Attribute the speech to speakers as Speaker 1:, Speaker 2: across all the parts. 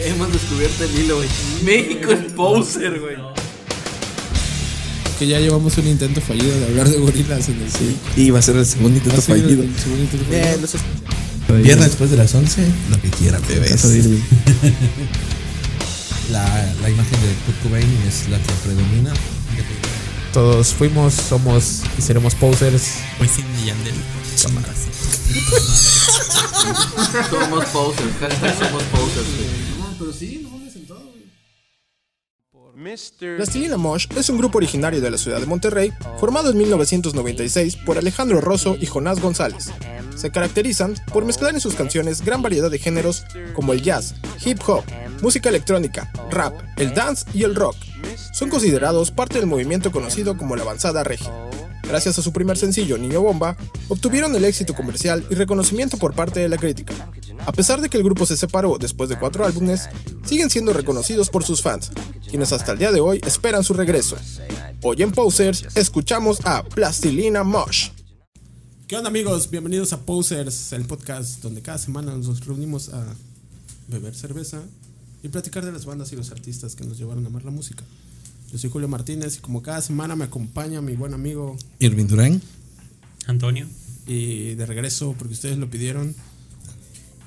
Speaker 1: hemos descubierto el hilo, güey. México es poser, güey.
Speaker 2: Que ya llevamos un intento fallido de hablar de gorilas en el sí.
Speaker 3: Y va a ser el segundo intento fallido.
Speaker 2: El segundo intento fallido.
Speaker 3: Eh, no seas-
Speaker 4: Viernes después de las 11, lo que quiera, bebés.
Speaker 3: Vas a oír,
Speaker 4: La, la imagen de Kurt Cobain es la que predomina.
Speaker 5: Todos fuimos, somos y seremos posers.
Speaker 3: Pues
Speaker 6: Hoy sin Yandel. Cámaras.
Speaker 1: Somos posers, hashtag somos posers, güey.
Speaker 7: Plastilina Mosh es un grupo originario de la ciudad de Monterrey, formado en 1996 por Alejandro Rosso y Jonás González. Se caracterizan por mezclar en sus canciones gran variedad de géneros como el jazz, hip hop, música electrónica, rap, el dance y el rock. Son considerados parte del movimiento conocido como la avanzada regia. Gracias a su primer sencillo, Niño Bomba, obtuvieron el éxito comercial y reconocimiento por parte de la crítica. A pesar de que el grupo se separó después de cuatro álbumes, siguen siendo reconocidos por sus fans, quienes hasta el día de hoy esperan su regreso. Hoy en Posers escuchamos a Plastilina Mosh.
Speaker 2: ¿Qué onda amigos? Bienvenidos a Posers, el podcast donde cada semana nos reunimos a beber cerveza y platicar de las bandas y los artistas que nos llevaron a amar la música. Yo soy Julio Martínez y como cada semana me acompaña mi buen amigo
Speaker 4: Irving Durán.
Speaker 6: Antonio.
Speaker 2: y de regreso porque ustedes lo pidieron,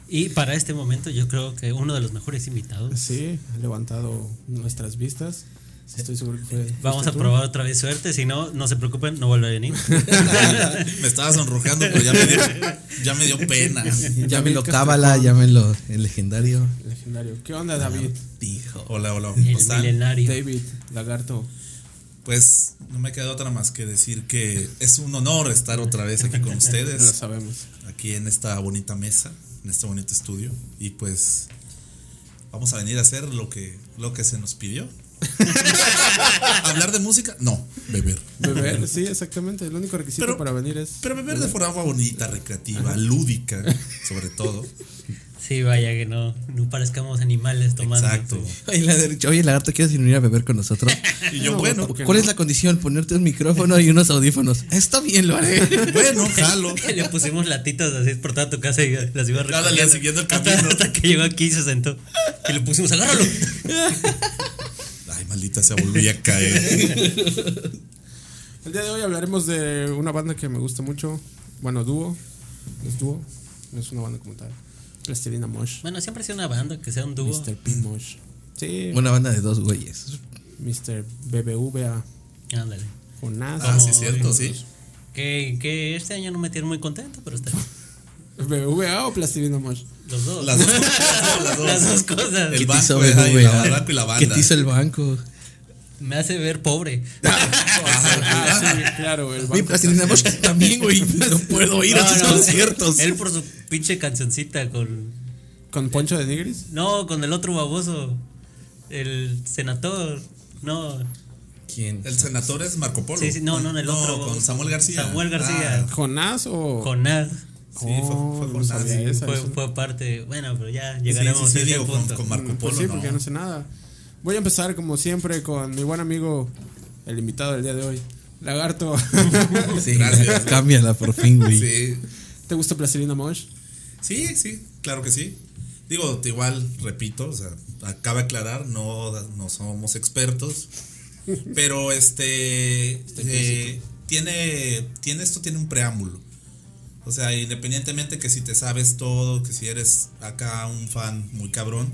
Speaker 6: Y para este momento yo creo que uno de los mejores invitados.
Speaker 2: sí, ha levantado nuestras vistas. Estoy seguro que fue...
Speaker 6: Vamos
Speaker 2: fuiste
Speaker 6: a
Speaker 2: tú.
Speaker 6: probar otra vez suerte, si no, no se preocupen, no vuelve a venir.
Speaker 8: Me estaba sonrojando, pero ya me dio, ya me dio pena.
Speaker 3: Llámelo Cábala, llámelo el legendario.
Speaker 2: Legendario. ¿Qué onda David?
Speaker 8: Dijo. Hola, hola.
Speaker 6: El
Speaker 8: ¿cómo están?
Speaker 6: milenario.
Speaker 2: David, lagarto.
Speaker 8: Pues no me queda otra más que decir que es un honor estar otra vez aquí con
Speaker 2: Lo
Speaker 8: ustedes,
Speaker 2: sabemos.
Speaker 8: aquí en esta bonita mesa, en este bonito estudio. Y pues vamos a venir a hacer lo que, lo que se nos pidió. ¿Hablar de música? No, beber.
Speaker 2: Beber, sí, exactamente. El único requisito
Speaker 8: Pero-
Speaker 2: para venir es...
Speaker 8: Pero beber de forma bonita, recreativa, lúdica, sobre todo.
Speaker 6: Sí, vaya que no, no parezcamos animales tomando.
Speaker 8: Exacto.
Speaker 3: Oye, la derecha, oye, lagarto, ¿quieres venir a beber con nosotros?
Speaker 8: Y yo, bueno,
Speaker 3: ¿Cuál es la condición? Ponerte un micrófono y unos audífonos. Está bien, lo haré.
Speaker 8: bueno, jalo.
Speaker 6: Que Le pusimos latitas así por toda tu casa y las iba
Speaker 8: Ándale,
Speaker 6: recogiendo.
Speaker 8: siguiendo el
Speaker 6: Hasta-
Speaker 8: camino.
Speaker 6: Hasta, que llegó aquí y se sentó. Y le pusimos, agárralo.
Speaker 8: Ay, maldita, se volvía a caer.
Speaker 2: El día de hoy hablaremos de una banda que me gusta mucho. Bueno, dúo. Es dúo. No es una banda como tal. Plastilina Mosh.
Speaker 6: Bueno, siempre ha sido una banda que sea un dúo.
Speaker 2: Mr. P. Mosh. Sí.
Speaker 3: Una banda de dos güeyes.
Speaker 2: Mr. BBVA.
Speaker 6: Ándale.
Speaker 2: Jonás.
Speaker 8: Ah, sí, cierto, sí.
Speaker 6: Que, que este año no me tiene muy contento, pero está bien.
Speaker 2: ¿BBVA o Plastilina Mosh?
Speaker 6: Los dos.
Speaker 8: Las dos cosas, las dos.
Speaker 6: Las dos cosas.
Speaker 8: El
Speaker 3: ¿Qué
Speaker 8: banco,
Speaker 3: te hizo
Speaker 8: ¿verdad? Y la
Speaker 3: BBVA?
Speaker 8: barranca y la
Speaker 3: ¿Qué
Speaker 8: banda.
Speaker 3: te hizo el banco?
Speaker 6: Me hace ver pobre.
Speaker 2: Ah, sí, claro. El
Speaker 3: Oye, pues,
Speaker 2: banco.
Speaker 3: Plastilina Mosh también, güey. Ah, No puedo ir a
Speaker 6: No,
Speaker 3: tus
Speaker 6: no,
Speaker 3: conciertos.
Speaker 6: Él por su pinche cancioncita con.
Speaker 2: ¿Con Poncho de Nigris?
Speaker 6: No, con el otro baboso. El senador. No.
Speaker 3: ¿Quién?
Speaker 8: El senador es Marco Polo.
Speaker 6: Sí, sí, no, no, en el otro.
Speaker 8: con Samuel García.
Speaker 6: Samuel García.
Speaker 2: ¿Jonás o...?
Speaker 6: Con nada.
Speaker 8: Ah, sí, fue, fue
Speaker 2: no
Speaker 8: con
Speaker 2: Oh, sabía
Speaker 8: Nazi.
Speaker 2: esa,
Speaker 6: Fue,
Speaker 2: esa.
Speaker 6: fue parte. Bueno, pero ya
Speaker 8: Sí, sí,
Speaker 6: llegaremos
Speaker 8: sí,
Speaker 6: a ese
Speaker 8: digo, con,
Speaker 6: punto.
Speaker 8: con Marco Polo.
Speaker 2: Pues sí, porque
Speaker 8: no.
Speaker 2: no sé nada. Voy a empezar como siempre con mi buen amigo, el invitado del día de hoy. Lagarto.
Speaker 3: Sí,
Speaker 8: Gracias.
Speaker 3: cámbiala por fin, güey.
Speaker 8: Sí.
Speaker 2: ¿Te gusta Plastilina Mosh?
Speaker 8: sí, sí, claro que sí. Digo, igual, repito, o sea, acaba de aclarar, no, no somos expertos. Pero este. eh, tiene, tiene esto, tiene un preámbulo. O sea, independientemente que si te sabes todo, que si eres acá un fan muy cabrón,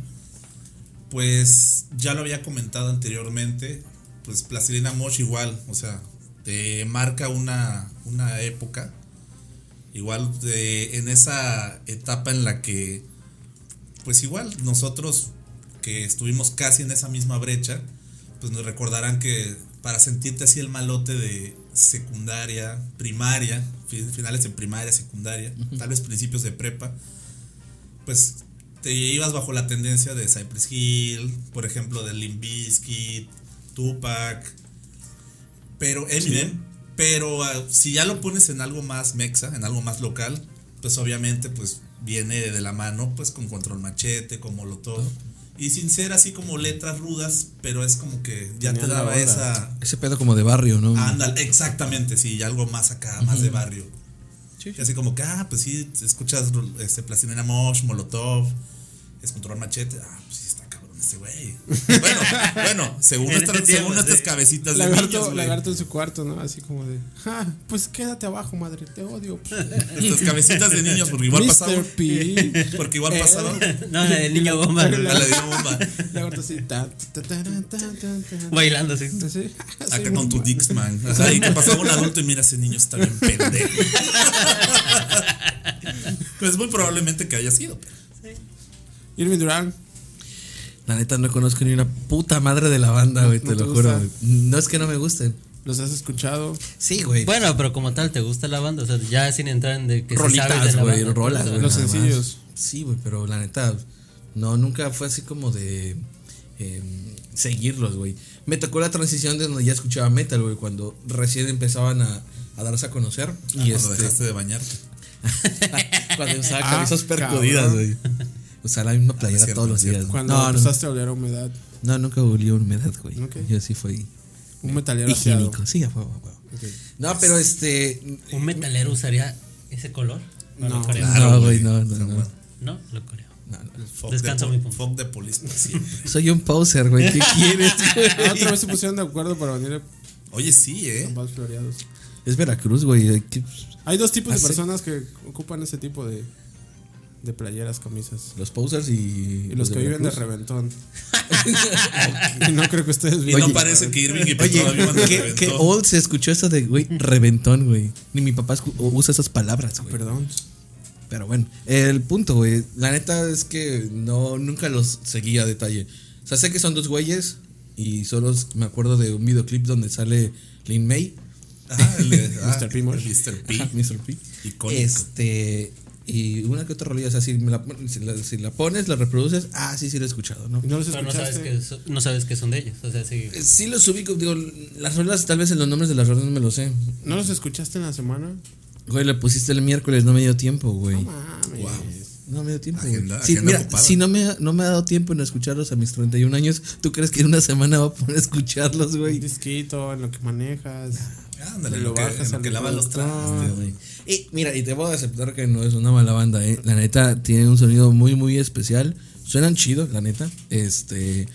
Speaker 8: pues ya lo había comentado anteriormente, pues Plastilina Mosh igual, o sea, te marca una, una época, igual de, en esa etapa en la que, pues igual nosotros que estuvimos casi en esa misma brecha, pues nos recordarán que para sentirte así el malote de secundaria, primaria, fi- finales de primaria, secundaria, tal vez principios de prepa, pues te ibas bajo la tendencia de Cypress Hill, por ejemplo, de Limp Bizkit, Tupac, pero Eminem, pero ah, si ya lo pones en algo más mexa, en algo más local, pues obviamente pues viene de la mano pues con Control Machete, como lo todo. Y sin ser así como letras rudas, pero es como que ya
Speaker 2: Tenían
Speaker 8: te
Speaker 2: la
Speaker 8: daba
Speaker 2: onda.
Speaker 8: esa
Speaker 3: Ese pedo como de barrio, ¿no?
Speaker 8: Ándale, exactamente, sí, y algo más acá, más de barrio.
Speaker 3: Sí, sí.
Speaker 8: Y Así como que, ah, pues sí, escuchas este, Plastilina Mosh, Molotov, es control machete, ah, pues sí, está cabrón Este güey. Bueno, bueno, según,
Speaker 6: En
Speaker 8: nuestras-
Speaker 6: este tiempo,
Speaker 8: según
Speaker 6: sí.
Speaker 8: nuestras cabecitas de
Speaker 2: Lagarto,
Speaker 8: niños, güey.
Speaker 2: lagarto en su cuarto, ¿no? Así como de, ja, pues quédate abajo, madre, te odio.
Speaker 8: Nuestras cabecitas de niños, porque igual pasaba.
Speaker 2: Mr. P.
Speaker 8: Porque igual pasaba.
Speaker 6: No, la del niño bomba.
Speaker 2: Pero
Speaker 8: A la de bomba.
Speaker 2: Lagarto así, ta, ta, ta, ta, ta, ta,
Speaker 6: Bailando así.
Speaker 2: ta. Así, soy
Speaker 8: Acá
Speaker 2: muy
Speaker 8: con tu
Speaker 2: mal.
Speaker 8: Dixman. O sea, y que pasaba un adulto y mira, ese niño está bien pendejo. Pues muy probablemente que haya sido. pero- ah,
Speaker 2: Irving Durán,
Speaker 3: La neta no conozco ni una puta madre de la banda, güey,
Speaker 2: ¿No
Speaker 3: te
Speaker 2: te
Speaker 3: lo juro.
Speaker 2: gusta?
Speaker 3: güey. No es que no me gusten.
Speaker 2: ¿los has escuchado?
Speaker 3: Sí, güey.
Speaker 6: Bueno, pero como tal, ¿te gusta la banda? O sea, ya sin entrar en de que se sabe de
Speaker 3: Rolitas,
Speaker 6: la
Speaker 3: güey,
Speaker 6: banda.
Speaker 3: rolas, güey.
Speaker 2: Los
Speaker 3: nada más.
Speaker 2: sencillos.
Speaker 3: Sí, güey, pero la neta, no, nunca fue así como de eh, seguirlos, güey. Me tocó la transición de donde ya escuchaba metal, güey, cuando recién empezaban a, a darse a conocer. y
Speaker 8: Ah, cuando
Speaker 3: este,
Speaker 8: dejaste de bañarte.
Speaker 3: cuando usaba
Speaker 2: Ah,
Speaker 3: camisas percudidas,
Speaker 2: cabrón.
Speaker 3: güey. Usaba la misma playera
Speaker 8: cierto,
Speaker 3: todos los
Speaker 8: es cierto.
Speaker 3: días. güey.
Speaker 2: Cuando
Speaker 3: No, no,
Speaker 2: empezaste a oler a humedad,
Speaker 3: no, nunca volvió humedad, güey.
Speaker 2: Ok.
Speaker 3: Yo sí fui
Speaker 2: un metalero aseado.
Speaker 3: higiénico. Sí, a huevo, a huevo. No, pero este.
Speaker 6: ¿Un metalero usaría ese color? No, lo creo.
Speaker 3: No, güey, no, no, no.
Speaker 6: No, lo creo.
Speaker 3: No, no.
Speaker 8: Fuck
Speaker 6: Descansa,
Speaker 8: de,
Speaker 6: mi
Speaker 8: pol-
Speaker 6: compa.
Speaker 8: fuck de polis para siempre.
Speaker 3: Soy un poser, güey. ¿Qué quieres, güey?
Speaker 2: Ah, Otra vez se pusieron de acuerdo para venir
Speaker 8: Oye, sí,
Speaker 2: a
Speaker 8: ¿eh?
Speaker 2: Pampas Floreados.
Speaker 3: Es Veracruz, güey. ¿Qué-
Speaker 2: Hay dos tipos
Speaker 3: Ah,
Speaker 2: de
Speaker 3: sí.
Speaker 2: personas que ocupan ese tipo de, de playeras, camisas.
Speaker 3: Los posers y.
Speaker 2: Y los que viven de
Speaker 3: Veracruz.
Speaker 2: reventón. Y no creo que ustedes
Speaker 8: Y
Speaker 2: vivan
Speaker 8: no
Speaker 2: de
Speaker 8: parece que Irving y
Speaker 3: Oye,
Speaker 8: Petrova vivan de
Speaker 3: ¿qué, qué
Speaker 8: reventón.
Speaker 3: old se escuchó eso de, güey, reventón, güey. Ni mi papá escu- usa esas palabras, güey.
Speaker 2: Perdón.
Speaker 3: Pero bueno, el punto, güey. La neta es que no, nunca los seguí a detalle. O sea, sé que son dos güeyes y solo me acuerdo de un videoclip donde sale Lin May,
Speaker 8: Ah, el,
Speaker 2: Mr. P. Mosh.
Speaker 8: Mr. P.
Speaker 3: Mr. P.
Speaker 8: Icónico.
Speaker 3: Este. Y una que otra rolilla, o sea, si, me la, pon- si, la, si la pones, la reproduces, ah, sí, sí, la he escuchado, ¿no?
Speaker 2: ¿Y ¿No los
Speaker 6: Pero no sabes,
Speaker 2: escuchaste?
Speaker 6: que so- no sabes que son de ellos. O sea, sí.
Speaker 3: Eh, Sí los ubico, digo, las rolas, tal vez en los nombres de las rolas no me lo sé.
Speaker 2: ¿No los escuchaste en la semana?
Speaker 3: Güey, le pusiste el miércoles, no me dio tiempo, güey.
Speaker 2: Mames.
Speaker 3: No me dio tiempo. güey.
Speaker 8: Agenda-
Speaker 3: Sí,
Speaker 8: agenda
Speaker 3: mira,
Speaker 8: ocupada.
Speaker 3: si no me, ha- no me ha dado tiempo en escucharlos a mis 31 años, ¿tú crees que en una semana va a poder escucharlos,
Speaker 2: Un
Speaker 3: güey?
Speaker 2: disquito, en lo que manejas.
Speaker 8: Ándale,
Speaker 2: Te
Speaker 8: lo,
Speaker 2: lo
Speaker 8: que,
Speaker 2: bajas
Speaker 8: en lo
Speaker 2: al
Speaker 8: que lava los trastes, güey.
Speaker 3: Y mira, y te puedo aceptar que no es una mala banda, ¿eh? La neta, tiene un sonido muy, muy especial. Suenan chido, la neta. Este.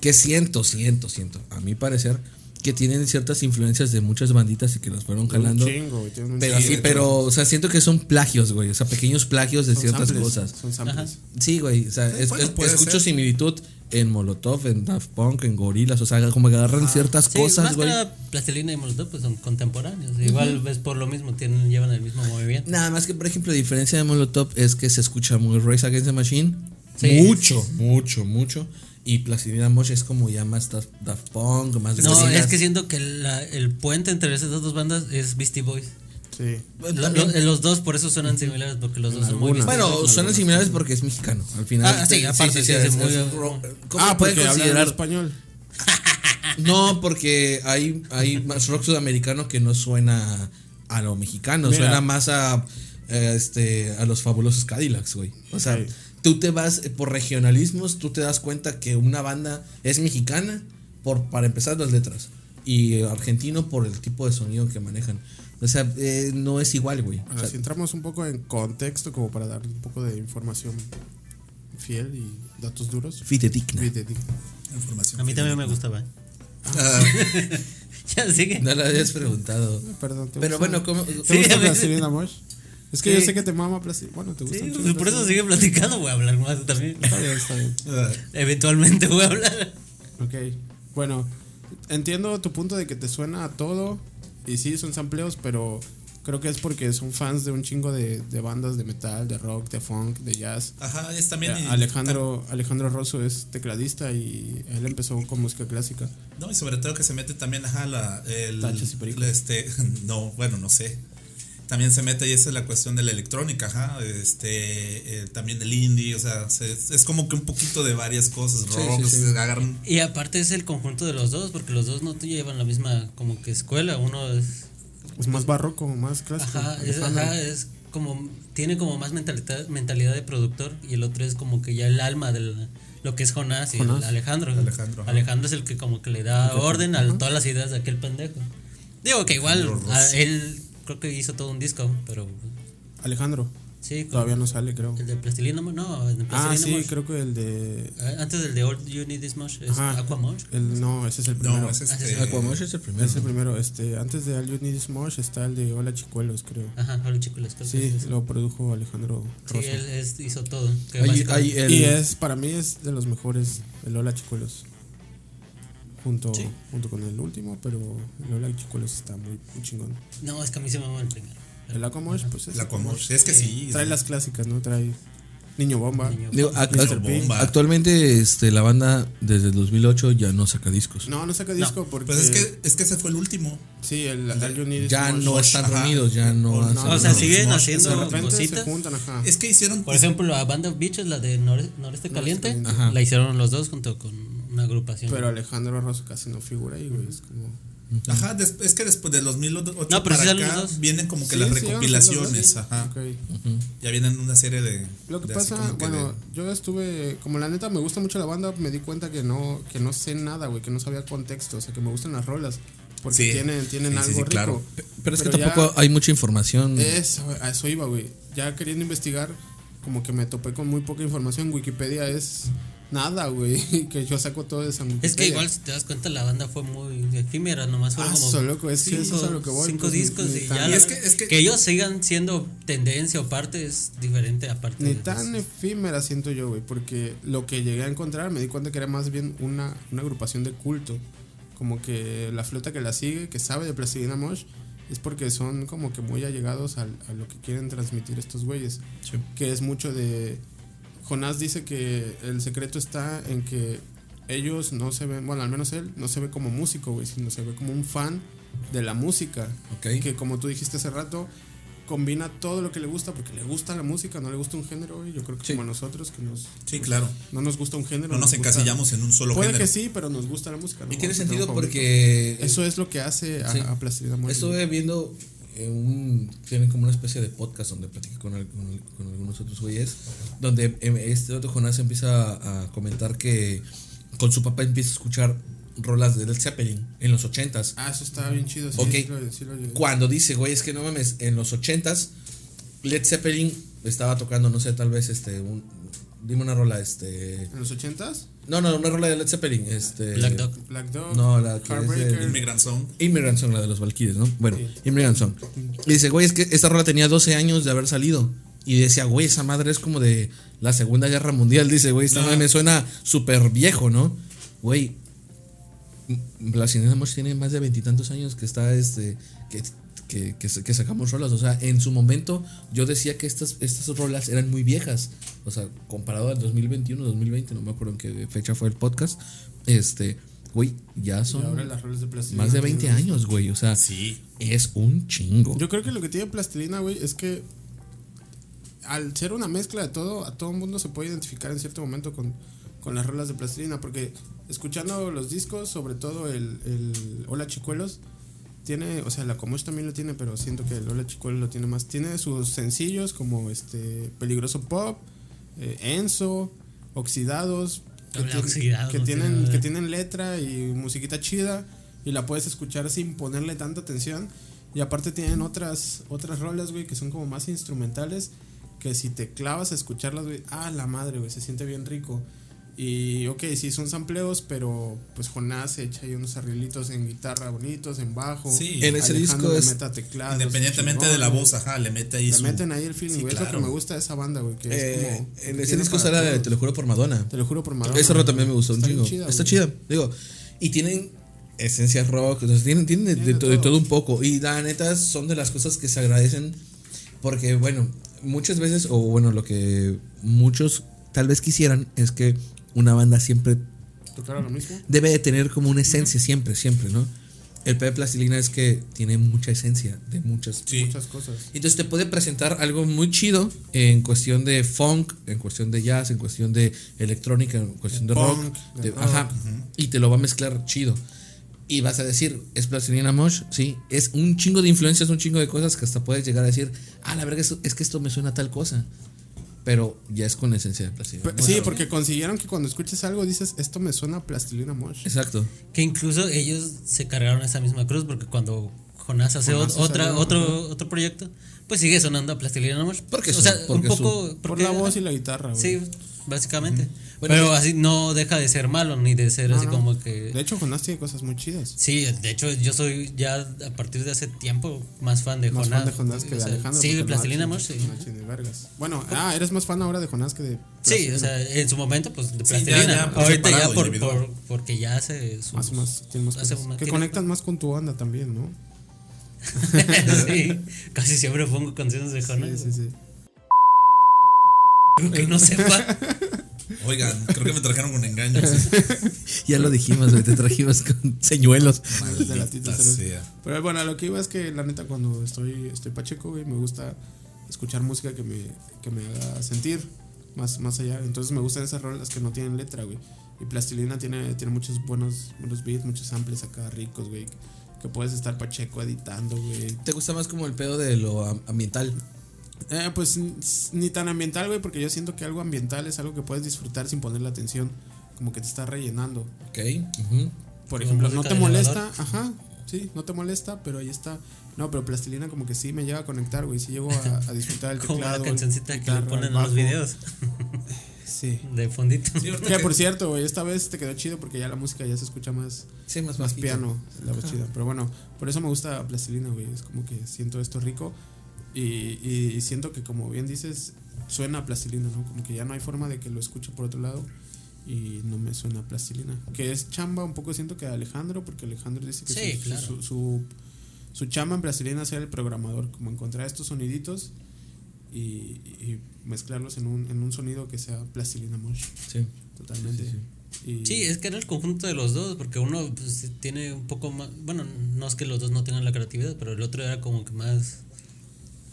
Speaker 3: Que siento, siento, siento. A mi parecer, que tienen ciertas influencias de muchas banditas y que las fueron
Speaker 2: Un
Speaker 3: calando.
Speaker 2: chingo, güey. tienen un
Speaker 3: Pero
Speaker 2: chingo.
Speaker 3: sí, pero, o sea, siento que son plagios, güey. O sea, pequeños plagios de
Speaker 2: Son
Speaker 3: ciertas
Speaker 2: samples,
Speaker 3: cosas.
Speaker 2: Son samples.
Speaker 3: Sí, güey. O sea, es-
Speaker 8: bueno,
Speaker 3: es-
Speaker 8: puede
Speaker 3: escucho
Speaker 8: ser.
Speaker 3: similitud en Molotov, en Daft Punk, en Gorilas. O sea, como que agarran ciertas
Speaker 6: Sí,
Speaker 3: cosas,
Speaker 6: más
Speaker 3: güey.
Speaker 6: que nada, Plastilina y Molotov pues son contemporáneos. Igual ves por lo mismo, tienen, llevan el mismo movimiento.
Speaker 3: Nada más que, por ejemplo, la diferencia de Molotov es que se escucha muy Race Against the Machine.
Speaker 6: Sí.
Speaker 3: Mucho, mucho, mucho. Y Plastilina Mosh es como ya más Daft, Daft Punk, más
Speaker 6: No,
Speaker 3: Gorillaz.
Speaker 6: es que siento que la- el puente entre esas dos bandas es Beastie Boys.
Speaker 2: Sí.
Speaker 6: Lo- lo- los dos por eso suenan similares, porque los dos son muy Beastie
Speaker 3: Bueno, suenan similares porque es mexicano. Al final.
Speaker 6: Ah, sí, aparte, sí, es muy-
Speaker 3: ro- ¿Cómo
Speaker 2: Ah,
Speaker 3: puede
Speaker 2: porque hablan
Speaker 3: considerar?
Speaker 2: español.
Speaker 3: No, porque hay, hay más rock sudamericano que no suena a lo mexicano,
Speaker 2: Mira.
Speaker 3: suena más a eh, este a los fabulosos Cadillacs, güey. O sea,
Speaker 2: Sí.
Speaker 3: tú te vas eh, por regionalismos, tú te das cuenta que una banda es mexicana por para empezar las letras y eh, argentino por el tipo de sonido que manejan. O sea, eh, no es igual, güey. O
Speaker 2: Ahora,
Speaker 3: sea,
Speaker 2: si entramos un poco en contexto, como para dar un poco de información fiel y datos duros.
Speaker 3: fidedigna.
Speaker 2: Fidedigna.
Speaker 8: este, Información.
Speaker 6: A mí también me gustaba. ya sigue.
Speaker 3: Ah. No lo habías preguntado.
Speaker 2: Perdón, ¿te
Speaker 3: Pero
Speaker 2: gusta?
Speaker 3: bueno, ¿cómo-
Speaker 2: ¿Te gusta
Speaker 6: Sí, a veces-
Speaker 2: Plastilina Mosh? Es que
Speaker 6: Sí.
Speaker 2: yo sé que te mama Plastilina. Bueno, te gusta.
Speaker 6: Sí,
Speaker 2: un
Speaker 6: pues,
Speaker 2: chingo
Speaker 6: por eso
Speaker 2: Plastilina.
Speaker 6: sigue platicando, voy a hablar más también.
Speaker 2: Está bien, está bien.
Speaker 6: Eventualmente voy a hablar.
Speaker 2: Ok, bueno, entiendo tu punto de que te suena a todo y sí, son sampleos, pero creo que es porque son fans de un chingo de, de bandas de metal, de rock, de funk, de jazz.
Speaker 8: Ajá, es también.
Speaker 2: Eh, Alejandro, Alejandro Rosso es tecladista y él empezó con música clásica.
Speaker 8: No, y sobre todo que se mete también, ajá, la, el,
Speaker 2: Tachas y pericos.
Speaker 8: la, este, no, bueno, no sé. También se mete y esa es la cuestión de la electrónica, ajá, este, eh, también el indie, o sea, se- es como que un poquito de varias cosas, rock, se agarran
Speaker 6: Y aparte es el conjunto de los dos, porque los dos no te llevan la misma como que escuela. Uno es
Speaker 2: Es más barroco, más clásico.
Speaker 6: Ajá, es,
Speaker 2: Alejandro.
Speaker 6: ajá, es como. Tiene como más mentalidad, mentalidad de productor y el otro es como que ya el alma de lo que es Jonás y el
Speaker 2: Jonás.
Speaker 6: Alejandro.
Speaker 8: Alejandro, ajá.
Speaker 6: Alejandro es el que como que le da orden a todas las ideas de aquel pendejo. Digo que igual a él creo que hizo todo un disco, pero.
Speaker 2: Alejandro.
Speaker 6: Sí, con
Speaker 2: Todavía no sale, creo.
Speaker 6: el de Plastilina Mosh, no, el de Plastilina
Speaker 2: Ah, sí,
Speaker 6: Mosh.
Speaker 2: creo que el de.
Speaker 6: Ah, Antes del de All You Need Is Mosh, es
Speaker 2: Ajá.
Speaker 6: Aquamosh.
Speaker 2: El, no, ese es el primero.
Speaker 8: No, es
Speaker 6: Ah,
Speaker 8: este.
Speaker 6: sí.
Speaker 3: Aquamosh es el primero.
Speaker 2: Es el primero, este, antes de All You Need Is Mosh está el de Hola Chicuelos, creo.
Speaker 6: Ajá, Hola Chicuelas. creo que
Speaker 2: Sí,
Speaker 6: es ese.
Speaker 2: lo produjo Alejandro
Speaker 6: Sí,
Speaker 2: Rosso.
Speaker 6: él es- hizo todo. que
Speaker 3: Hay-
Speaker 6: básicamente-
Speaker 3: hay el-
Speaker 2: Y es, para mí es de los mejores, el Hola Chicuelos. Junto, junto con el último, pero el Hola Chicuelos está muy, muy chingón.
Speaker 6: No, es que a mí se me va el primero.
Speaker 2: El Aquamosh, pues es.
Speaker 8: El Aquamosh. Es que sí.
Speaker 2: Trae las clásicas, ¿no? Trae Niño Bomba.
Speaker 6: Niño-
Speaker 3: Digo, ac- ac-
Speaker 2: Mr.
Speaker 8: Bomba.
Speaker 3: actualmente este, la banda desde el 2008 ya no saca discos.
Speaker 2: No, no saca disco porque.
Speaker 8: Pues es que, es que ese fue el último.
Speaker 2: Sí, el All You Need Is
Speaker 3: ya
Speaker 2: Mosh.
Speaker 3: no están
Speaker 8: Ajá.
Speaker 3: reunidos, ya no han
Speaker 2: no,
Speaker 3: salido.
Speaker 6: o sea,
Speaker 8: no,
Speaker 6: siguen
Speaker 8: no,
Speaker 2: De
Speaker 6: haciendo
Speaker 2: repente se
Speaker 6: cositas.
Speaker 2: juntan, ajá.
Speaker 8: Es que hicieron.
Speaker 6: Por ejemplo, la banda Bitches, la de Nor- Noreste Caliente,
Speaker 2: Caliente.
Speaker 6: la hicieron los dos junto con una agrupación.
Speaker 2: Pero Alejandro Rosso casi no figura ahí, güey. Es como.
Speaker 8: Ajá, des- es que después de los 2008
Speaker 6: No, pero sí
Speaker 8: para
Speaker 6: salen
Speaker 8: acá
Speaker 6: los dos.
Speaker 8: vienen como que
Speaker 2: Sí,
Speaker 8: las
Speaker 2: sí, vamos a hacer
Speaker 8: recopilaciones.
Speaker 2: los dos,
Speaker 8: Ajá.
Speaker 2: sí. Ok.
Speaker 8: Ya vienen una serie de.
Speaker 2: Lo que
Speaker 8: de así
Speaker 2: pasa,
Speaker 8: como que
Speaker 2: bueno,
Speaker 8: de-
Speaker 2: yo estuve, como la neta me gusta mucho la banda, me di cuenta que no, que no sé nada, güey, que no sabía contexto, o sea, que me gustan las rolas, porque
Speaker 8: Sí.
Speaker 2: tienen, tienen
Speaker 8: Sí, sí,
Speaker 2: algo
Speaker 8: sí,
Speaker 2: rico.
Speaker 8: claro.
Speaker 3: Pe- Pero es que
Speaker 2: Pero ya-
Speaker 3: tampoco hay mucha información.
Speaker 8: mm.
Speaker 2: Eso, güey, a eso iba, güey. Ya queriendo investigar, como que me topé con muy poca información. Wikipedia es nada, güey, que yo saco todo de San
Speaker 6: es que igual, si te das cuenta, la banda fue muy efímera, nomás fueron
Speaker 2: Ah,
Speaker 6: como
Speaker 2: eso, loco, es que eso es a lo que voy,
Speaker 6: cinco
Speaker 2: pues, ni-
Speaker 6: discos
Speaker 2: ni
Speaker 6: y
Speaker 2: tan-
Speaker 6: ya.
Speaker 8: Y
Speaker 6: la
Speaker 8: es que-
Speaker 6: verdad,
Speaker 8: es que-
Speaker 6: ellos sigan siendo tendencia o parte es diferente aparte.
Speaker 2: Ni
Speaker 6: de-
Speaker 2: tan efímera siento yo, güey, porque lo que llegué a encontrar me di cuenta que era más bien una, una agrupación de culto. Como que la flota que la sigue, que sabe de Plastilina Mosh, es porque son como que muy allegados al- a, lo que quieren transmitir estos güeyes. Que es mucho de. Jonás dice que el secreto está en que ellos no se ven, bueno, al menos él no se ve como músico, güey, sino se ve como un fan de la música.
Speaker 3: Ok.
Speaker 2: Que como tú dijiste hace rato, combina todo lo que le gusta, porque le gusta la música, no le gusta un género, güey. Yo creo que
Speaker 3: Sí.
Speaker 2: como a nosotros, que nos,
Speaker 8: Sí, claro.
Speaker 2: no nos gusta un género.
Speaker 8: No nos
Speaker 2: gusta-
Speaker 8: encasillamos en un solo
Speaker 2: Puede
Speaker 8: género.
Speaker 2: que sí, pero nos gusta la música. ¿no?
Speaker 3: y tiene
Speaker 2: Vamos a tener
Speaker 3: sentido
Speaker 2: un favorito.
Speaker 3: porque
Speaker 2: Eso es lo que hace a,
Speaker 3: Sí.
Speaker 2: a Plastilina Mosh, güey.
Speaker 3: Estuve viendo eh, un. Tienen como una especie de podcast donde platiqué con, al- con, con algunos otros güeyes. Donde em, este otro Jonás empieza a, a comentar que con su papá empieza a escuchar rolas de Led Zeppelin en los 80s.
Speaker 2: Ah, eso está bien chido. Sí,
Speaker 3: Ok.
Speaker 2: sí lo- sí lo llegué.
Speaker 3: Cuando dice, güey, es que no mames, en los 80s Led Zeppelin estaba tocando, no sé, tal vez este. Un, dime una rola, este.
Speaker 2: ¿En los 80s?
Speaker 3: No, no, una rola de Led Zeppelin. Este,
Speaker 6: Black Dog.
Speaker 2: Black Dog.
Speaker 3: No, la que es de-
Speaker 2: Heartbreaker.
Speaker 8: Immigrant Song.
Speaker 3: Immigrant Song, la de los Valkyries, ¿no? Bueno, Immigrant Song. Y dice, güey, es que esta rola tenía 12 años de haber salido. Y decía, güey, esa madre es como de la Segunda Guerra Mundial. Dice, güey,
Speaker 2: Ah.
Speaker 3: esta madre me suena súper viejo, ¿no? Güey, Blasinena Mosh tiene más de veintitantos años que está este. Que, que, que, que sacamos rolas. O sea, en su momento yo decía que estas, estas rolas eran muy viejas. O sea, comparado al 2021, 2020, no me acuerdo en qué fecha fue el podcast. Este, güey, ya
Speaker 2: Y ahora
Speaker 3: son
Speaker 2: las rolas de Plastilina
Speaker 3: más de
Speaker 2: tienen-
Speaker 3: 20 años, güey. O sea,
Speaker 8: Sí.
Speaker 3: es un chingo.
Speaker 2: Yo creo que lo que tiene plastilina, güey, es que al ser una mezcla de todo, a todo el mundo se puede identificar en cierto momento con, con las rolas de plastilina, porque escuchando los discos, sobre todo el, el Hola Chicuelos, tiene, o sea, la Comosh también lo tiene, pero siento que el Hola Chicuelos lo tiene más. Tiene sus sencillos como este Peligroso Pop, eh, Enzo, Oxidados, que,
Speaker 6: Habla
Speaker 2: tiene-
Speaker 6: Oxidados,
Speaker 2: que
Speaker 6: no tiene
Speaker 2: tienen,
Speaker 6: nada.
Speaker 2: que tienen letra y musiquita chida y la puedes escuchar sin ponerle tanta atención. Y aparte tienen otras, otras rolas, güey, que son como más instrumentales, que si te clavas a escucharlas, güey, ah, la madre, güey, se siente bien rico. Y ok, sí, son sampleos, pero pues Jonás se echa ahí unos arreglitos en guitarra bonitos, en bajo.
Speaker 8: Sí.
Speaker 3: En ese
Speaker 2: Alejandro
Speaker 3: disco
Speaker 2: le
Speaker 3: es-
Speaker 2: mete a teclados,
Speaker 8: Independientemente
Speaker 2: chingón,
Speaker 8: de la
Speaker 2: güey.
Speaker 8: voz, ajá, le mete ahí
Speaker 2: Le
Speaker 8: su.
Speaker 2: meten ahí el feeling,
Speaker 8: Sí,
Speaker 2: güey. Es lo
Speaker 8: claro.
Speaker 2: que me gusta de esa banda, güey. Que es
Speaker 3: Eh,
Speaker 2: como. que
Speaker 3: en ese
Speaker 2: tiene
Speaker 3: disco
Speaker 2: para
Speaker 3: sale de
Speaker 2: todo.
Speaker 3: Te lo juro por Madonna.
Speaker 2: Te lo juro por Madonna.
Speaker 3: Esa rola también me gustó un
Speaker 2: Está bien
Speaker 3: chingo.
Speaker 2: chida,
Speaker 3: Está
Speaker 2: güey.
Speaker 3: chida, digo. Y tienen esencia rock, o sea, tienen, tienen de,
Speaker 2: Tienen
Speaker 3: de to-
Speaker 2: de
Speaker 3: de
Speaker 2: todo.
Speaker 3: todo un poco. Y la neta son de las cosas que se agradecen porque, bueno, muchas veces, o bueno, lo que muchos tal vez quisieran es que una banda siempre
Speaker 2: Tocaron lo mismo.
Speaker 3: debe de tener como una esencia, siempre, siempre, ¿no? El P de Plastilina es que tiene mucha esencia de muchas
Speaker 8: Sí.
Speaker 2: Muchas cosas.
Speaker 3: entonces te puede presentar algo muy chido en cuestión de funk, en cuestión de jazz, en cuestión de electrónica, en cuestión de, rock.
Speaker 2: punk, de
Speaker 3: de-
Speaker 2: rock.
Speaker 3: ajá. Y te lo va a mezclar chido. Y vas a decir, es Plastilina Mosh, sí. Es un chingo de influencias, un chingo de cosas que hasta puedes llegar a decir, ah, la verga, es, es que esto me suena a tal cosa. Pero ya es con esencia de Plastilina
Speaker 2: Pe-
Speaker 3: Mosh.
Speaker 2: sí, porque consiguieron que cuando escuches algo dices, esto me suena a plastilina mosh.
Speaker 3: Exacto.
Speaker 6: Que incluso ellos se cargaron esa misma cruz porque cuando Jonás hace
Speaker 2: Jonás
Speaker 6: ot- otra,
Speaker 2: salió,
Speaker 6: otro, otro proyecto, pues sigue sonando a Plastilina Mosh.
Speaker 3: Porque
Speaker 6: o
Speaker 3: su-
Speaker 6: sea,
Speaker 3: porque
Speaker 6: un poco.
Speaker 3: su-
Speaker 2: Por
Speaker 6: porque-
Speaker 2: la voz y la guitarra, güey.
Speaker 6: Sí, básicamente.
Speaker 3: Bueno,
Speaker 6: Pero
Speaker 3: sí.
Speaker 6: así no deja de ser malo ni de ser así como que.
Speaker 2: De hecho, Jonás tiene cosas muy chidas.
Speaker 6: Sí, de hecho yo soy ya a partir de hace tiempo más fan de
Speaker 2: Más
Speaker 6: Jonás.
Speaker 2: fan de Jonás que
Speaker 6: O
Speaker 2: de
Speaker 6: sea,
Speaker 2: Alejandro.
Speaker 6: Sí,
Speaker 2: porque
Speaker 6: de
Speaker 2: no
Speaker 6: Plastilina
Speaker 2: ha
Speaker 6: Mosh,
Speaker 2: hecho-
Speaker 6: sí.
Speaker 2: no ha hecho ni vergas. Bueno, ah, eres más fan ahora de Jonás que de.
Speaker 6: Sí,
Speaker 2: Plastilina.
Speaker 6: o sea, en su momento pues de
Speaker 8: Sí, ya-
Speaker 6: Plastilina.
Speaker 8: ya por
Speaker 6: Ahorita ya
Speaker 8: separado,
Speaker 6: por,
Speaker 8: individual.
Speaker 6: por- porque ya hace sus-
Speaker 2: Más, más, tiene más
Speaker 6: hace
Speaker 2: cosas.
Speaker 6: una-
Speaker 2: que
Speaker 6: tiene-
Speaker 2: conectan más con tu banda también, ¿no?
Speaker 6: sí, casi siempre pongo canciones de Jonás.
Speaker 2: Sí, sí, sí.
Speaker 6: Que no sepa.
Speaker 8: Oigan, creo que me trajeron con engaños.
Speaker 3: Ya lo dijimos, güey, te trajimos con señuelos.
Speaker 2: Pues de la tita
Speaker 8: Maldita
Speaker 2: salud.
Speaker 8: sea.
Speaker 2: Pero bueno, a lo que iba es que la neta cuando estoy, estoy pacheco, güey, me gusta escuchar música que me, que me haga sentir más, más allá. Entonces me gustan esas rolas que no tienen letra, güey. Y Plastilina tiene, tiene muchos buenos, buenos beats, muchos samples acá ricos, güey. Que puedes estar pacheco editando, güey.
Speaker 3: ¿Te gusta más como el pedo de lo am- ambiental?
Speaker 2: Eh, pues n- s- ni tan ambiental, güey, porque yo siento que algo ambiental es algo que puedes disfrutar sin poner la atención. Como que te está rellenando.
Speaker 3: Ok. ujú.
Speaker 2: Por
Speaker 6: Como
Speaker 2: ejemplo, no
Speaker 6: música
Speaker 2: te
Speaker 6: de
Speaker 2: molesta,
Speaker 6: elevador.
Speaker 2: ajá, sí, no te molesta, pero ahí está. No, pero plastilina como que sí me llega a conectar, güey, sí llego a, a disfrutar el teclado.
Speaker 6: Como la
Speaker 2: el
Speaker 6: cancioncita que le
Speaker 2: guitarra,
Speaker 6: ponen
Speaker 2: el
Speaker 6: en los
Speaker 2: bajo.
Speaker 6: videos
Speaker 2: Sí.
Speaker 6: de fondito.
Speaker 8: Sí, ahorita
Speaker 2: Que
Speaker 8: que-
Speaker 2: por cierto, güey, esta vez te quedó chido porque ya la música ya se escucha más,
Speaker 3: Sí, más,
Speaker 2: más
Speaker 3: bajito.
Speaker 2: piano, la voz chida. Pero bueno, por eso me gusta plastilina, güey, es como que siento esto rico y, y- y siento que como bien dices, suena a plastilina, ¿no? Como que ya no hay forma de que lo escuche por otro lado. Y no me suena a plastilina. Que es chamba un poco, siento que de Alejandro, porque Alejandro dice que
Speaker 6: Sí,
Speaker 2: su- su-
Speaker 6: claro.
Speaker 2: su, su, su chamba en Brasilina era el programador, como encontrar estos soniditos y, y mezclarlos en un, en un sonido que sea plastilina mosh.
Speaker 3: Sí.
Speaker 2: Totalmente. Y-
Speaker 6: Sí, es que era el conjunto de los dos, porque uno pues, tiene un poco más. Bueno, no es que los dos no tengan la creatividad, pero el otro era como que más.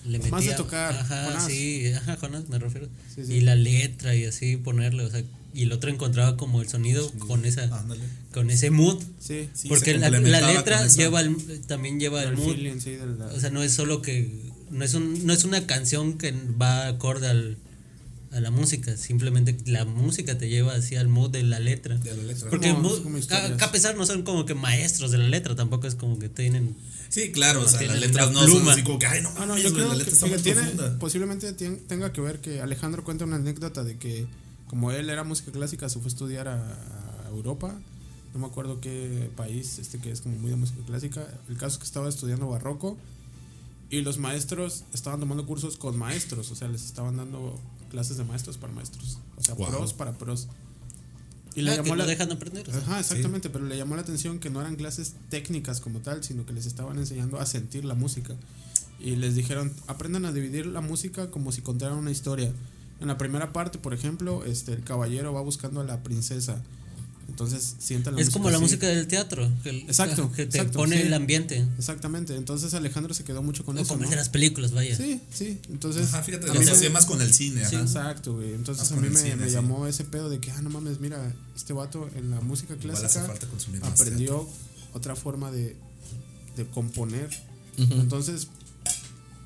Speaker 6: Le metía,
Speaker 2: Más de tocar,
Speaker 6: Ajá,
Speaker 2: Jonás.
Speaker 6: sí, ajá, Jonás, me refiero.
Speaker 2: Sí, sí.
Speaker 6: Y la letra y así ponerle, o sea, y el otro encontraba como el sonido, con esa
Speaker 8: Ándale.
Speaker 6: con ese mood.
Speaker 2: Ah. sí,
Speaker 8: Sí,
Speaker 6: porque
Speaker 8: se
Speaker 6: la, la
Speaker 8: complementaba
Speaker 6: letra
Speaker 8: con esa-
Speaker 6: lleva el- también lleva el,
Speaker 2: el
Speaker 6: mood.
Speaker 2: feeling, sí, de la-
Speaker 6: O sea, no es solo que. No es, un, no es una canción que va acorde al, a la música. Simplemente la música te lleva así al mood de la letra.
Speaker 8: de la letra.
Speaker 6: Porque
Speaker 2: Como-
Speaker 6: mu-
Speaker 2: como
Speaker 6: ca-
Speaker 2: historias.
Speaker 6: ca- a pesar no son como que maestros de la letra, tampoco es como que tienen.
Speaker 8: Sí, claro, o sea,
Speaker 6: Tiene
Speaker 8: las letras
Speaker 6: una
Speaker 8: no son
Speaker 6: pluma.
Speaker 8: así como que, ay, no,
Speaker 2: Ah, no,
Speaker 8: mames,
Speaker 2: yo
Speaker 8: güey,
Speaker 2: creo
Speaker 8: la
Speaker 2: que
Speaker 8: letra está muy
Speaker 2: fíjate, tiene-
Speaker 8: profunda.
Speaker 2: posiblemente tien- tenga que ver que Alejandro cuenta una anécdota de que como él era música clásica, se fue a estudiar a, a Europa, no me acuerdo qué país, este que es como muy de música clásica, el caso es que estaba estudiando barroco y los maestros estaban tomando cursos con maestros, o sea, les estaban dando clases de maestros para maestros, o sea,
Speaker 8: Wow.
Speaker 2: pros para pros. Y
Speaker 6: Ah, que
Speaker 2: llamó
Speaker 6: no
Speaker 2: la-
Speaker 6: dejan aprender. o sea.
Speaker 2: Ajá, exactamente, pero le llamó la atención que no eran clases técnicas como tal, sino que les estaban enseñando a sentir la música. Y les dijeron, aprendan a dividir la música como si contaran una historia. En la primera parte, por ejemplo, este, el caballero va buscando a la princesa. Entonces sientan la
Speaker 6: es como la
Speaker 2: así.
Speaker 6: música del teatro. Que, el-
Speaker 2: Exacto,
Speaker 6: Que te
Speaker 2: exacto,
Speaker 6: pone
Speaker 2: sí.
Speaker 6: el ambiente.
Speaker 2: Exactamente, entonces Alejandro se quedó mucho con
Speaker 6: O
Speaker 2: eso.
Speaker 6: como el
Speaker 2: ¿no?
Speaker 6: de las películas, vaya.
Speaker 2: Sí, sí, entonces...
Speaker 8: Ajá, fíjate,
Speaker 2: pues, a
Speaker 8: lo
Speaker 2: mí me-
Speaker 8: asocié más con el cine, ajá.
Speaker 2: Exacto, güey. Entonces
Speaker 8: Más
Speaker 2: a
Speaker 8: Ah, con
Speaker 2: mí
Speaker 8: el
Speaker 2: me,
Speaker 8: cine,
Speaker 2: me
Speaker 8: sí.
Speaker 2: llamó ese pedo de que, ah, no mames, mira, este vato en la música
Speaker 8: Igual hace
Speaker 2: clásica
Speaker 8: falta consumir más
Speaker 2: aprendió otra forma de, de componer. Entonces,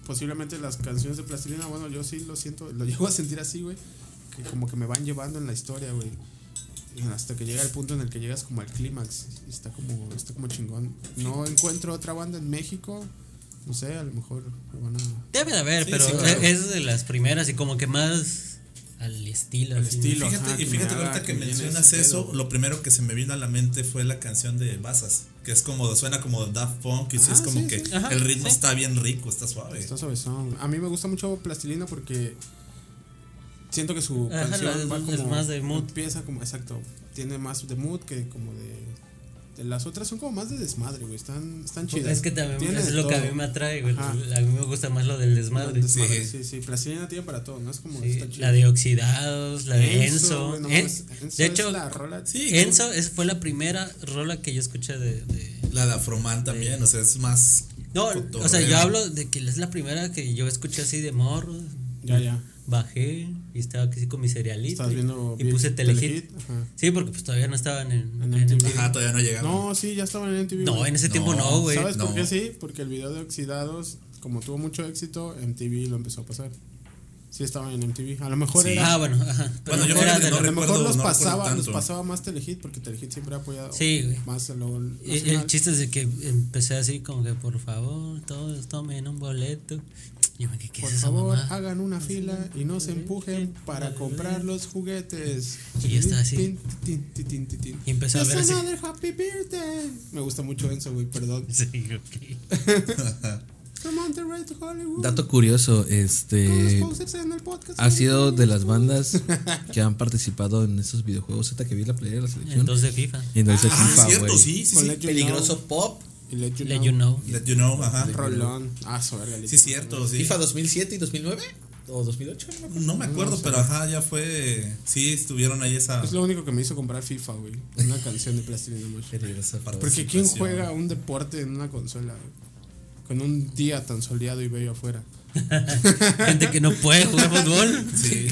Speaker 2: posiblemente las canciones de Plastilina, bueno, yo sí lo siento, lo llego a sentir así, güey, que como que me van llevando en la historia, güey. Hasta que llega el punto en el que llegas como al clímax. y Está como, está como chingón. No encuentro otra banda en México. No sé, a lo mejor me van a
Speaker 6: Debe de haber,
Speaker 8: Sí,
Speaker 6: pero
Speaker 8: sí, claro.
Speaker 6: es de las primeras y como que más al estilo.
Speaker 2: Al
Speaker 6: así.
Speaker 2: estilo.
Speaker 8: Fíjate,
Speaker 2: Ajá,
Speaker 8: y
Speaker 2: que me
Speaker 8: fíjate que ahorita
Speaker 2: haga
Speaker 8: que
Speaker 2: que me llene
Speaker 8: mencionas
Speaker 2: ese
Speaker 8: eso,
Speaker 2: pedo.
Speaker 8: lo primero que se me vino a la mente fue la canción de Bazas, que es como, suena como Daft Punk, y sí, es como
Speaker 2: Ah, sí,
Speaker 8: que
Speaker 2: sí.
Speaker 6: Ajá,
Speaker 8: el ritmo
Speaker 6: sí.
Speaker 8: está bien rico, está suave.
Speaker 2: Está suavezón. A mí me gusta mucho Plastilina porque siento que su
Speaker 6: Ajá,
Speaker 2: canción
Speaker 6: la-
Speaker 2: va
Speaker 6: es
Speaker 2: como
Speaker 6: más de mood.
Speaker 2: empieza como exacto, tiene más de mood que como de, de las otras son como más de desmadre, güey, están están chidas.
Speaker 6: Pues Es que también
Speaker 2: Tiene
Speaker 6: es
Speaker 2: de
Speaker 6: lo que a
Speaker 2: todo.
Speaker 6: mí me atrae, güey.
Speaker 2: Ajá.
Speaker 6: A mí me gusta más lo del desmadre.
Speaker 2: Desmadre,
Speaker 8: Sí.
Speaker 2: sí, sí, Plastilina tiene para todo, no es como
Speaker 6: Sí,
Speaker 2: está chido.
Speaker 6: la de Oxidados, la de
Speaker 2: Enzo,
Speaker 6: Enzo.
Speaker 2: güey, no
Speaker 6: En-
Speaker 2: mames, Enzo
Speaker 6: de
Speaker 2: es
Speaker 6: hecho,
Speaker 2: la rola-
Speaker 8: Sí,
Speaker 6: Enzo es- fue la primera rola que yo escuché de- de,
Speaker 8: La de Afroman también, o sea, es más.
Speaker 6: No,
Speaker 8: cotorreo.
Speaker 6: o sea, yo hablo de que es la primera que yo escuché así de morro.
Speaker 2: Ya, ya.
Speaker 6: Bajé y estaba así con mi cerealito.
Speaker 2: Estás viendo
Speaker 6: y
Speaker 2: bien
Speaker 6: puse Telehit.
Speaker 2: Telehit, ajá.
Speaker 6: Sí, porque pues todavía no estaban en,
Speaker 2: En
Speaker 6: en
Speaker 2: MTV.
Speaker 6: MTV.
Speaker 8: Ajá, ah, todavía no llegamos.
Speaker 2: No, sí, ya estaban en MTV.
Speaker 6: No,
Speaker 2: güey.
Speaker 6: en ese
Speaker 8: No,
Speaker 6: tiempo no, Oh, güey.
Speaker 2: ¿Sabes por
Speaker 8: no.
Speaker 2: qué sí? Porque el video de Oxidados, como tuvo mucho éxito, MTV lo empezó a pasar. Sí, estaba en MTV. A lo mejor
Speaker 8: Sí.
Speaker 2: era.
Speaker 6: Ah, bueno, ajá. Pero
Speaker 8: Bueno, yo
Speaker 6: era de
Speaker 8: creo que no
Speaker 6: la-
Speaker 2: a lo mejor
Speaker 8: recuerdo,
Speaker 2: los
Speaker 8: no recuerdo
Speaker 2: pasaba, los
Speaker 8: tanto.
Speaker 2: pasaba más Telehit porque Telehit siempre ha apoyado
Speaker 6: Sí, güey.
Speaker 2: más a lo
Speaker 6: Y- y
Speaker 2: nacional.
Speaker 6: El chiste es de que empecé así como que por favor, todos tomen un boleto. Yo me quedé, ¿qué es
Speaker 2: Por
Speaker 6: esa
Speaker 2: favor,
Speaker 6: mamá?
Speaker 2: hagan una fila y no se empujen para comprar los juguetes.
Speaker 6: Y yo estaba así.
Speaker 2: Tin, tin, tin, tin, tin, tin.
Speaker 6: Y empecé a
Speaker 2: It's
Speaker 6: ver así.
Speaker 2: another happy birthday. Me gusta mucho Enzo, güey, perdón.
Speaker 6: Sí, ok.
Speaker 2: From Monterrey to Hollywood.
Speaker 3: Dato curioso,
Speaker 2: Todos
Speaker 3: este
Speaker 2: posers en el podcast.
Speaker 3: ha sido de las bandas que han participado en esos videojuegos. Z que vi la playera de la
Speaker 6: En
Speaker 3: selección.
Speaker 6: dos de FIFA.
Speaker 3: Y entonces
Speaker 8: Ah,
Speaker 3: FIFA,
Speaker 8: cierto,
Speaker 3: güey.
Speaker 8: sí, sí,
Speaker 2: Con
Speaker 8: sí.
Speaker 2: Let You
Speaker 4: Peligroso Pop,
Speaker 2: Y Let You
Speaker 6: Let
Speaker 2: Know.
Speaker 6: you know.
Speaker 8: Let you know, ajá.
Speaker 2: Rolón. Ah, su verga, Let
Speaker 8: Sí,
Speaker 2: You
Speaker 8: cierto, sí.
Speaker 4: FIFA 2007 y 2009 o 2008. no me acuerdo.
Speaker 8: No me acuerdo, pero ajá, ya fue. Sí, estuvieron ahí esa.
Speaker 2: Know. Es lo único que me hizo comprar FIFA, güey. Una canción de Plastilina Mosh.
Speaker 4: Peligroso Pop.
Speaker 2: Porque ¿quién
Speaker 8: situación.
Speaker 2: juega un deporte en una consola? güey? Con un día tan soleado y bello afuera.
Speaker 6: Gente que no puede jugar fútbol.
Speaker 8: Sí.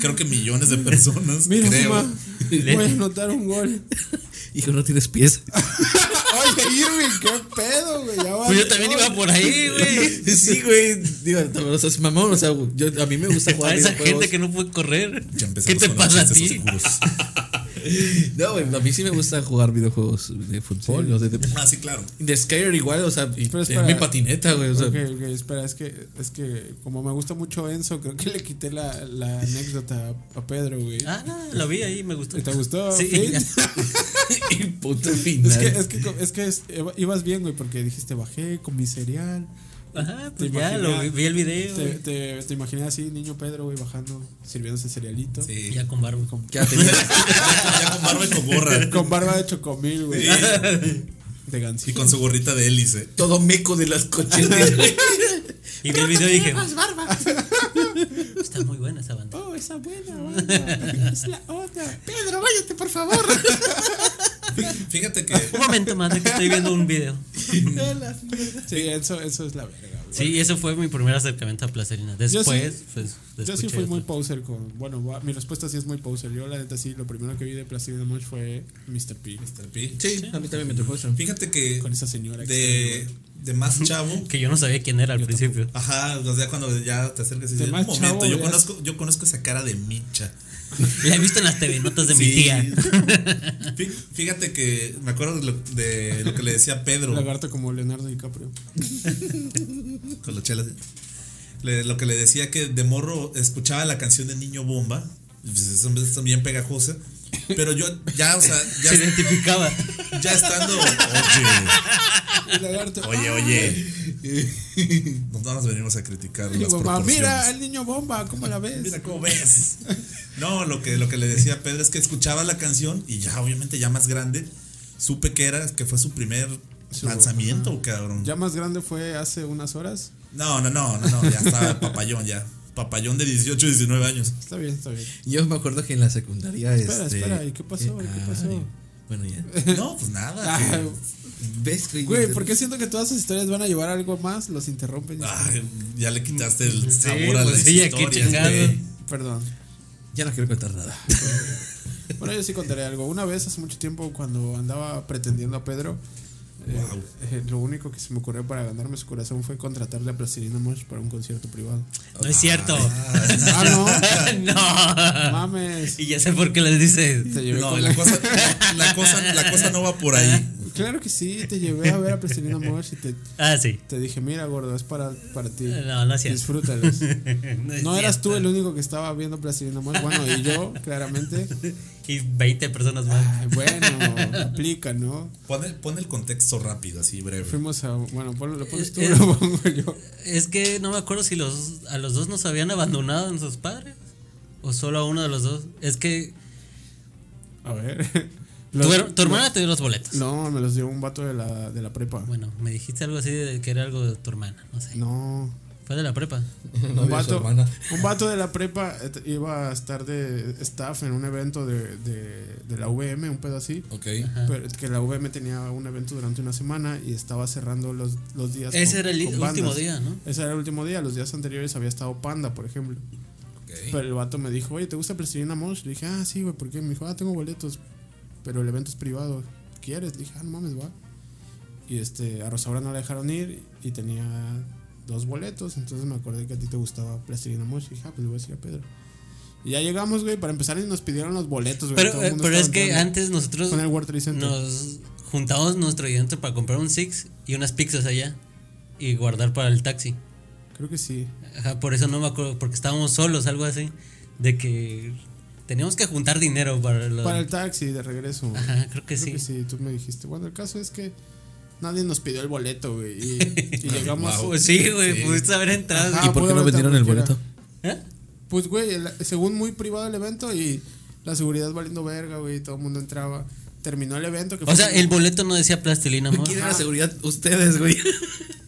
Speaker 8: Creo que millones de personas.
Speaker 2: Mira,
Speaker 8: creo.
Speaker 2: mamá, voy a anotar un gol.
Speaker 3: Hijo, no tienes pies.
Speaker 2: Oye, Irving, qué pedo, güey. Ya
Speaker 6: Pues
Speaker 2: valió.
Speaker 6: yo también iba por ahí, güey.
Speaker 3: Sí, güey. Digo, también, o sea, es mamón. O sea, yo, a mí me gusta
Speaker 6: A
Speaker 3: jugar
Speaker 6: esa
Speaker 3: videojuegos.
Speaker 6: gente que no puede correr.
Speaker 8: Ya
Speaker 6: ¿Qué
Speaker 8: empezamos
Speaker 6: te
Speaker 8: con los
Speaker 6: pasa a
Speaker 8: chistes
Speaker 6: ti?
Speaker 8: oscuros.
Speaker 3: No, güey, a mí sí me gusta jugar videojuegos de fútbol. o de, de,
Speaker 8: Ah, sí, claro.
Speaker 3: de skater igual, o sea, y
Speaker 2: Pero es
Speaker 3: tener
Speaker 2: para-
Speaker 3: mi patineta, güey. O sea,
Speaker 2: Ok, ok, espera, es que, es que como me gusta mucho Enzo, creo que le quité la, la anécdota a Pedro, güey.
Speaker 6: Ah, no, lo vi ahí, me gustó.
Speaker 2: ¿Te gustó?
Speaker 6: Sí.
Speaker 2: Fin.
Speaker 3: y punto final.
Speaker 2: Es que, es que, es que es- ibas bien, güey, porque dijiste bajé con mi cereal.
Speaker 6: Ajá,
Speaker 2: Te
Speaker 6: pues ya
Speaker 2: imaginas-
Speaker 6: lo vi, vi el video.
Speaker 2: Te,
Speaker 6: güey.
Speaker 2: te, te imaginé así, niño Pedro, güey, bajando, sirviéndose cerealito.
Speaker 8: Sí.
Speaker 6: Ya con barba.
Speaker 3: Ya tenía-
Speaker 8: Ya con barba y Ah, con gorra.
Speaker 2: Con barba de chocomil, güey. De
Speaker 8: Y
Speaker 2: gancito.
Speaker 8: con su gorrita de hélice.
Speaker 3: todo meco de las cochetes, güey.
Speaker 6: Y vi el video y dije. Está muy buena esa banda.
Speaker 2: Oh, esa buena, banda. Es la otra. Pedro, váyate, por favor.
Speaker 8: Fíjate que.
Speaker 6: Un momento más, de que estoy viendo un video.
Speaker 2: Sí, eso, eso es la verga, güey.
Speaker 6: Sí, eso fue mi primer acercamiento a Placerina.
Speaker 2: sí-
Speaker 6: Después, pues.
Speaker 2: Yo sí
Speaker 6: escuché
Speaker 2: fui muy
Speaker 6: otras.
Speaker 2: poser con. Bueno, va- mi respuesta sí es muy poser. Yo, la neta, sí, lo primero que vi de Plastilina Mosh fue Mr. P.
Speaker 3: Sí, a mí también me tocó eso.
Speaker 8: Fíjate que.
Speaker 2: Con esa señora.
Speaker 8: De,
Speaker 2: extraña, güey.
Speaker 8: de más chavo.
Speaker 6: Que yo no sabía quién era al principio.
Speaker 8: Ajá, o sea, cuando ya te acercas y
Speaker 2: De
Speaker 8: dices,
Speaker 2: más
Speaker 8: un momento,
Speaker 2: chavo,
Speaker 8: yo
Speaker 2: ya-
Speaker 8: conozco, yo conozco esa cara de Micha.
Speaker 6: La he visto en las TV notas de mi
Speaker 8: Sí.
Speaker 6: tía.
Speaker 8: Fí- Fíjate que me acuerdo de lo, de lo que le decía Pedro
Speaker 2: Lagarto como Leonardo DiCaprio.
Speaker 8: con los chelas. Le- lo que le decía que de morro escuchaba la canción de Niño Bomba. Pues es es bien pegajosa. Pero yo ya, o sea,
Speaker 6: Se
Speaker 8: ya,
Speaker 6: identificaba.
Speaker 8: ya estando. Oye,
Speaker 2: El lagarto.
Speaker 8: oye, oye. No, no nos venimos a criticar.
Speaker 2: Y
Speaker 8: Las
Speaker 2: mamá,
Speaker 8: proporciones.
Speaker 2: mira, el niño bomba, ¿cómo la ves?
Speaker 8: Mira cómo ves. No, lo que, lo que le decía Pedro es que escuchaba la canción y ya, obviamente, ya más grande, supe que era, que fue su primer
Speaker 2: Su-
Speaker 8: lanzamiento, cabrón.
Speaker 2: Ya más grande fue hace unas horas.
Speaker 8: No, no, no, no, no, ya estaba papayón, ya. Papayón de 18, 19 años.
Speaker 2: Está bien, está bien.
Speaker 3: Yo me acuerdo que en la secundaria.
Speaker 2: Espera,
Speaker 3: este,
Speaker 2: espera, ¿y qué pasó? ¿Y qué
Speaker 3: ay,
Speaker 2: pasó?
Speaker 3: Bueno, ya.
Speaker 8: No, pues nada.
Speaker 2: Ah,
Speaker 8: que-
Speaker 3: ¿Ves, Eh, güey?
Speaker 2: Güey, ¿por qué siento que todas sus historias van a llevar a algo más? Los interrumpen.
Speaker 8: ay, ya le quitaste el
Speaker 6: Sí,
Speaker 8: sabor a
Speaker 6: pues
Speaker 8: las
Speaker 6: sí, aquí
Speaker 8: historias,
Speaker 6: chingado.
Speaker 8: güey.
Speaker 2: Perdón.
Speaker 3: Ya no quiero contar nada.
Speaker 2: Bueno, yo sí contaré algo. Una vez hace mucho tiempo, cuando andaba pretendiendo a Pedro, eh,
Speaker 8: Wow.
Speaker 2: eh, lo único que se me ocurrió para ganarme su corazón fue contratarle a Plastilina Mosh para un concierto privado.
Speaker 6: No es cierto.
Speaker 2: ¡Ah, no!
Speaker 6: no.
Speaker 2: ¡Mames!
Speaker 6: Y ya sé por qué les dices.
Speaker 2: Te llevé
Speaker 8: No,
Speaker 2: con
Speaker 8: la
Speaker 2: la-
Speaker 8: cosa, la, la cosa, la cosa no va por ahí.
Speaker 2: Claro que sí, te llevé a ver a Plastilina Mosh y te,
Speaker 6: Ah, sí.
Speaker 2: te dije, mira, gordo, es para, para ti.
Speaker 6: No, no es cierto.
Speaker 2: Disfrútalos.
Speaker 6: es
Speaker 2: No eras tú
Speaker 6: cierto.
Speaker 2: el único que estaba viendo Plastilina Mosh. Bueno, y yo, claramente.
Speaker 6: Y 20 personas más.
Speaker 2: Ay, bueno, aplica, ¿no?
Speaker 8: Pon el, pon el contexto rápido, así breve.
Speaker 2: Fuimos a. Bueno, ponlo- lo pones tú,
Speaker 6: Eh,
Speaker 2: lo pongo yo.
Speaker 6: Es que no me acuerdo si los a los dos nos habían abandonado en sus padres. O solo a uno de los dos. Es que
Speaker 2: A ver.
Speaker 6: tu, her- tu hermana te dio los boletos.
Speaker 2: No, me los dio un vato de la, de la prepa.
Speaker 6: Bueno, me dijiste algo así de que era algo de tu hermana. No sé.
Speaker 2: No. Pues
Speaker 6: Fue de la prepa.
Speaker 2: Un vato, un vato de la prepa eh, iba a estar de staff en un evento de, de, de la VM, un pedo así.
Speaker 3: Ok.
Speaker 2: Pero que la VM tenía un evento durante una semana y estaba cerrando los, los días.
Speaker 6: Ese era el último
Speaker 2: bandas.
Speaker 6: día, ¿no?
Speaker 2: Ese era el último día. Los días anteriores había estado Panda, por ejemplo. Pero el vato me dijo, oye, ¿te gusta Plastilina Mosh? Le dije, ah, sí, güey, ¿por qué? Me dijo, ah, tengo boletos, pero el evento es privado. ¿Quieres? Le dije, ah, no mames, va. Y este, a Rosaura no la dejaron ir y tenía dos boletos. Entonces me acordé que a ti te gustaba Plastilina Mosh. Y dije, ah, pues le voy a decir a Pedro. Y ya llegamos, güey, para empezar y nos pidieron los boletos, güey. Pues
Speaker 6: Pero,
Speaker 2: Todo el
Speaker 6: eh,
Speaker 2: mundo
Speaker 6: pero
Speaker 2: estaba
Speaker 6: es que
Speaker 2: entrando.
Speaker 6: antes nosotros
Speaker 2: Con el World Trade Center.
Speaker 6: nos juntamos nuestro dinero para comprar un Six y unas pizzas allá y guardar para el taxi.
Speaker 2: Creo que sí.
Speaker 6: Ajá, por eso no me acuerdo, porque estábamos solos, algo así, de que teníamos que juntar dinero para lo-
Speaker 2: Para el taxi de regreso. güey.
Speaker 6: Ajá, creo que
Speaker 2: Creo
Speaker 6: sí.
Speaker 2: que sí, tú me dijiste. Bueno, el caso es que nadie nos pidió el boleto, güey. Y, y llegamos.
Speaker 6: Pues sí, güey, pudiste haber entrado.
Speaker 2: Ajá,
Speaker 3: ¿Y por
Speaker 2: pude
Speaker 3: qué no
Speaker 2: haber
Speaker 3: vendieron
Speaker 2: entrado
Speaker 3: el
Speaker 2: cualquiera.
Speaker 3: boleto?
Speaker 6: ¿Eh?
Speaker 2: Pues, güey, el- según muy privado el evento y la seguridad valiendo verga, güey, todo el mundo entraba. Terminó el evento que
Speaker 6: O
Speaker 2: fue
Speaker 6: sea,
Speaker 2: como-
Speaker 6: el boleto no decía plastilina, amor. Ah,
Speaker 3: ¿Quién era seguridad? Ustedes, güey.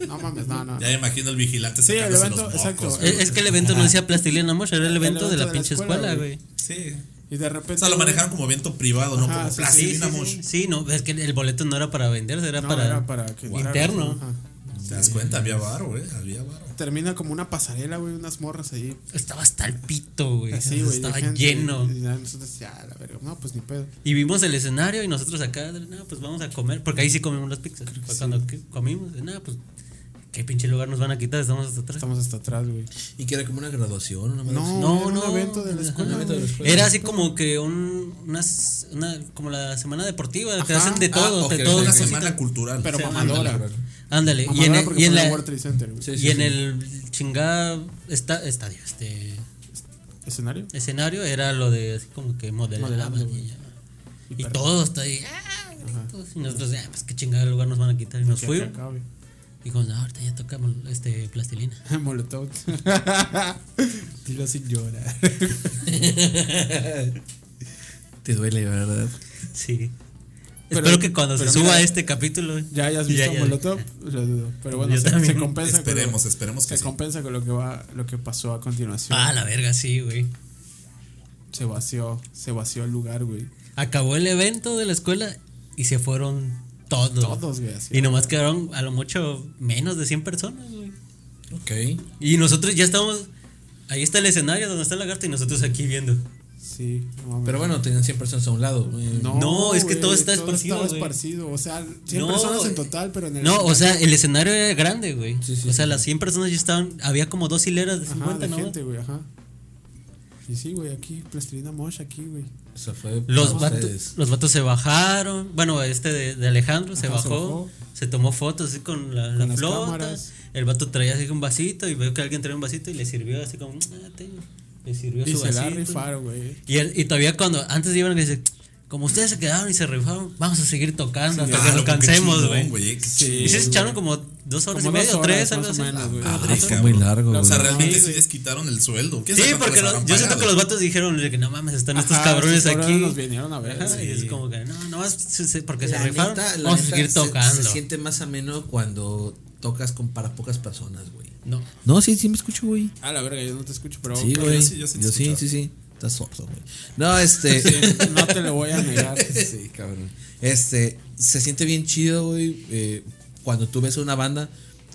Speaker 2: No mames, no, no.
Speaker 8: Ya me imagino el vigilante
Speaker 2: Sí, el
Speaker 8: sacándose
Speaker 2: evento,
Speaker 8: los
Speaker 2: exacto.
Speaker 8: mocos, güey.
Speaker 6: Es, es que el evento no decía plastilina, amor, era el evento
Speaker 2: Ah. evento
Speaker 6: de la
Speaker 2: de la
Speaker 6: pinche
Speaker 2: escuela,
Speaker 6: escuela,
Speaker 2: güey.
Speaker 6: güey.
Speaker 8: Sí.
Speaker 2: Y de repente.
Speaker 8: O sea, lo
Speaker 2: güey,
Speaker 8: manejaron como evento privado, no
Speaker 2: Ajá, sí,
Speaker 8: como
Speaker 2: sí,
Speaker 6: Sí,
Speaker 8: plastilina
Speaker 6: sí,
Speaker 8: mosh.
Speaker 6: sí. Sí, no, es que el boleto no era para venderse, era
Speaker 2: No,
Speaker 6: para.
Speaker 2: era para que
Speaker 6: interno.
Speaker 2: Ajá.
Speaker 8: ¿Te das cuenta? Había varo, güey. Había varo.
Speaker 2: Termina como una pasarela, güey, unas morras ahí.
Speaker 6: Estaba hasta el pito, güey.
Speaker 2: Así, güey. de
Speaker 6: Estaba
Speaker 2: gente,
Speaker 6: lleno.
Speaker 2: Y ya nosotros, ya, la verga. No, pues ni pedo.
Speaker 6: Y vimos el escenario y nosotros acá, no, pues vamos a comer, porque ahí sí comimos las pizzas. Fue cuando que- comimos, nada, pues, ¿qué pinche lugar nos van a quitar? Estamos hasta atrás.
Speaker 2: Estamos hasta atrás, güey.
Speaker 3: Y que era como una graduación, una madre así.
Speaker 2: No,
Speaker 6: No,
Speaker 2: era
Speaker 6: no.
Speaker 2: un evento de la escuela.
Speaker 3: evento de la
Speaker 2: güey.
Speaker 3: escuela.
Speaker 6: Era así como que un, unas, una, como la semana deportiva, te
Speaker 2: Ajá.
Speaker 6: hacen de todo,
Speaker 3: Ah,
Speaker 6: de
Speaker 3: ok,
Speaker 6: todo.
Speaker 3: ok,
Speaker 8: Una
Speaker 3: ok.
Speaker 8: semana cultural.
Speaker 2: Pero
Speaker 8: Sí.
Speaker 2: mamadora.
Speaker 6: Ándale, y
Speaker 2: Mamadora
Speaker 6: en, el-
Speaker 2: Eh, porque
Speaker 6: y en
Speaker 2: fue en
Speaker 6: la-
Speaker 2: el World Trade Center, güey.
Speaker 3: Sí, sí,
Speaker 6: y en
Speaker 3: sí.
Speaker 6: el chingada esta- estadio, este
Speaker 2: ¿Escenario?
Speaker 6: escenario era lo de así como que modelaban
Speaker 2: Modelando, güey.
Speaker 6: y, ya. y
Speaker 2: perro.
Speaker 6: todo está ahí. ¡ah! gritos, Y nosotros, ah, pues qué chingada lugar nos van a quitar. Y nos
Speaker 2: Que
Speaker 6: fuimos.
Speaker 2: acá, güey.
Speaker 6: Dijo, no, ahorita ya toca mol- este, plastilina.
Speaker 2: Molotov. Dilo sin llorar.
Speaker 3: Te duele, ¿verdad?
Speaker 6: Sí.
Speaker 2: Pero-
Speaker 6: Espero que cuando se
Speaker 2: pero
Speaker 6: suba
Speaker 2: mira-
Speaker 6: este capítulo.
Speaker 2: Ya hayas visto
Speaker 6: ya-
Speaker 2: Molotov, lo dudo. Pero bueno,
Speaker 6: Yo
Speaker 2: se,
Speaker 6: también.
Speaker 2: se compensa. con lo-
Speaker 8: Esperemos, esperemos que
Speaker 2: Se
Speaker 8: sí.
Speaker 2: compensa con lo que va, lo que pasó a continuación.
Speaker 6: Ah, la verga, sí, güey.
Speaker 2: Se vació, se vació el lugar, güey.
Speaker 6: Acabó el evento de la escuela y se fueron todos.
Speaker 2: Todos, güey, así.
Speaker 6: Y nomás quedaron a lo mucho menos de 100 personas, güey.
Speaker 3: Ok.
Speaker 8: Ah,
Speaker 6: Y nosotros ya estamos. Ahí está el escenario donde está el lagarto y nosotros aquí viendo.
Speaker 2: Sí, no mames.
Speaker 3: Pero bueno, tenían 100 personas a un lado. eh,
Speaker 6: No, es que todo está esparcido,
Speaker 2: estaba
Speaker 6: güey.
Speaker 2: esparcido, o sea, 100
Speaker 6: No,
Speaker 2: personas en
Speaker 6: eh,
Speaker 2: total, pero en el
Speaker 6: No, o sea, el escenario era grande, güey.
Speaker 3: Sí, sí,
Speaker 6: o sea,
Speaker 3: sí.
Speaker 6: las 100 personas ya estaban. Había como dos hileras de
Speaker 2: Ajá,
Speaker 6: 50,
Speaker 2: de
Speaker 6: ¿no?
Speaker 2: gente, güey, ajá. Y sí, güey, aquí plastilina mosh aquí, güey.
Speaker 3: O sea, fue
Speaker 6: Los,
Speaker 3: para
Speaker 6: vatos,
Speaker 3: ustedes.
Speaker 6: los vatos se bajaron. Bueno, este de, de Alejandro se,
Speaker 2: Ajá,
Speaker 6: bajó,
Speaker 2: se
Speaker 6: se
Speaker 2: bajó.
Speaker 6: tomó fotos así con la, la
Speaker 2: las
Speaker 6: flota.
Speaker 2: cámaras.
Speaker 6: El vato traía así un vasito y veo que alguien traía un vasito y le sirvió así como. "Ah, ten". Le sirvió
Speaker 2: Y
Speaker 6: su
Speaker 2: se la
Speaker 6: vasito.
Speaker 2: rifaron, güey.
Speaker 6: Y, él- y todavía cuando antes iban que dice, como ustedes se quedaron y se rifaron, vamos a seguir tocando hasta que
Speaker 8: Ah,
Speaker 6: nos
Speaker 8: loco, qué
Speaker 6: cansemos,
Speaker 8: chingón,
Speaker 6: güey.
Speaker 8: qué
Speaker 6: Y se echaron como dos horas
Speaker 2: Como
Speaker 6: y
Speaker 2: dos
Speaker 6: media,
Speaker 2: horas,
Speaker 6: tres, algo
Speaker 2: más
Speaker 6: así.
Speaker 2: o menos, güey.
Speaker 3: Ah, fue
Speaker 8: cabrón.
Speaker 3: muy largo,
Speaker 8: O sea,
Speaker 3: güey.
Speaker 8: realmente sí les quitaron el sueldo. ¿Quién sabe
Speaker 6: Sí,
Speaker 8: cuánto
Speaker 6: porque
Speaker 8: les
Speaker 6: los-
Speaker 8: habrán
Speaker 6: yo siento que
Speaker 8: pagado?
Speaker 6: los vatos dijeron de que no mames, están pues, estos
Speaker 2: Ajá,
Speaker 6: cabrones
Speaker 2: estos
Speaker 6: aquí.
Speaker 2: cabrones nos vinieron a ver,
Speaker 6: Ajá, Y
Speaker 3: sí.
Speaker 6: es como que no, no, es- se- se- porque
Speaker 3: La
Speaker 6: se rifaron.
Speaker 3: neta- la
Speaker 6: vamos a
Speaker 3: neta,
Speaker 6: seguir
Speaker 3: se-
Speaker 6: tocando.
Speaker 3: Se, siente más ameno cuando tocas con para pocas personas, güey.
Speaker 6: No.
Speaker 3: No, sí, sí me escucho, güey.
Speaker 2: Ah, la verga, yo no te escucho, pero
Speaker 3: Sí,
Speaker 2: ok,
Speaker 3: güey. Yo
Speaker 8: yo
Speaker 3: sí,
Speaker 8: sí- yo sí te
Speaker 3: yo sí,
Speaker 8: escuchaba.
Speaker 3: sí, sí. Estás sordo, güey. No, este.
Speaker 2: no te lo voy a negar.
Speaker 3: sí, cabrón. Este, se siente bien chido, güey, eh, cuando tú ves a una banda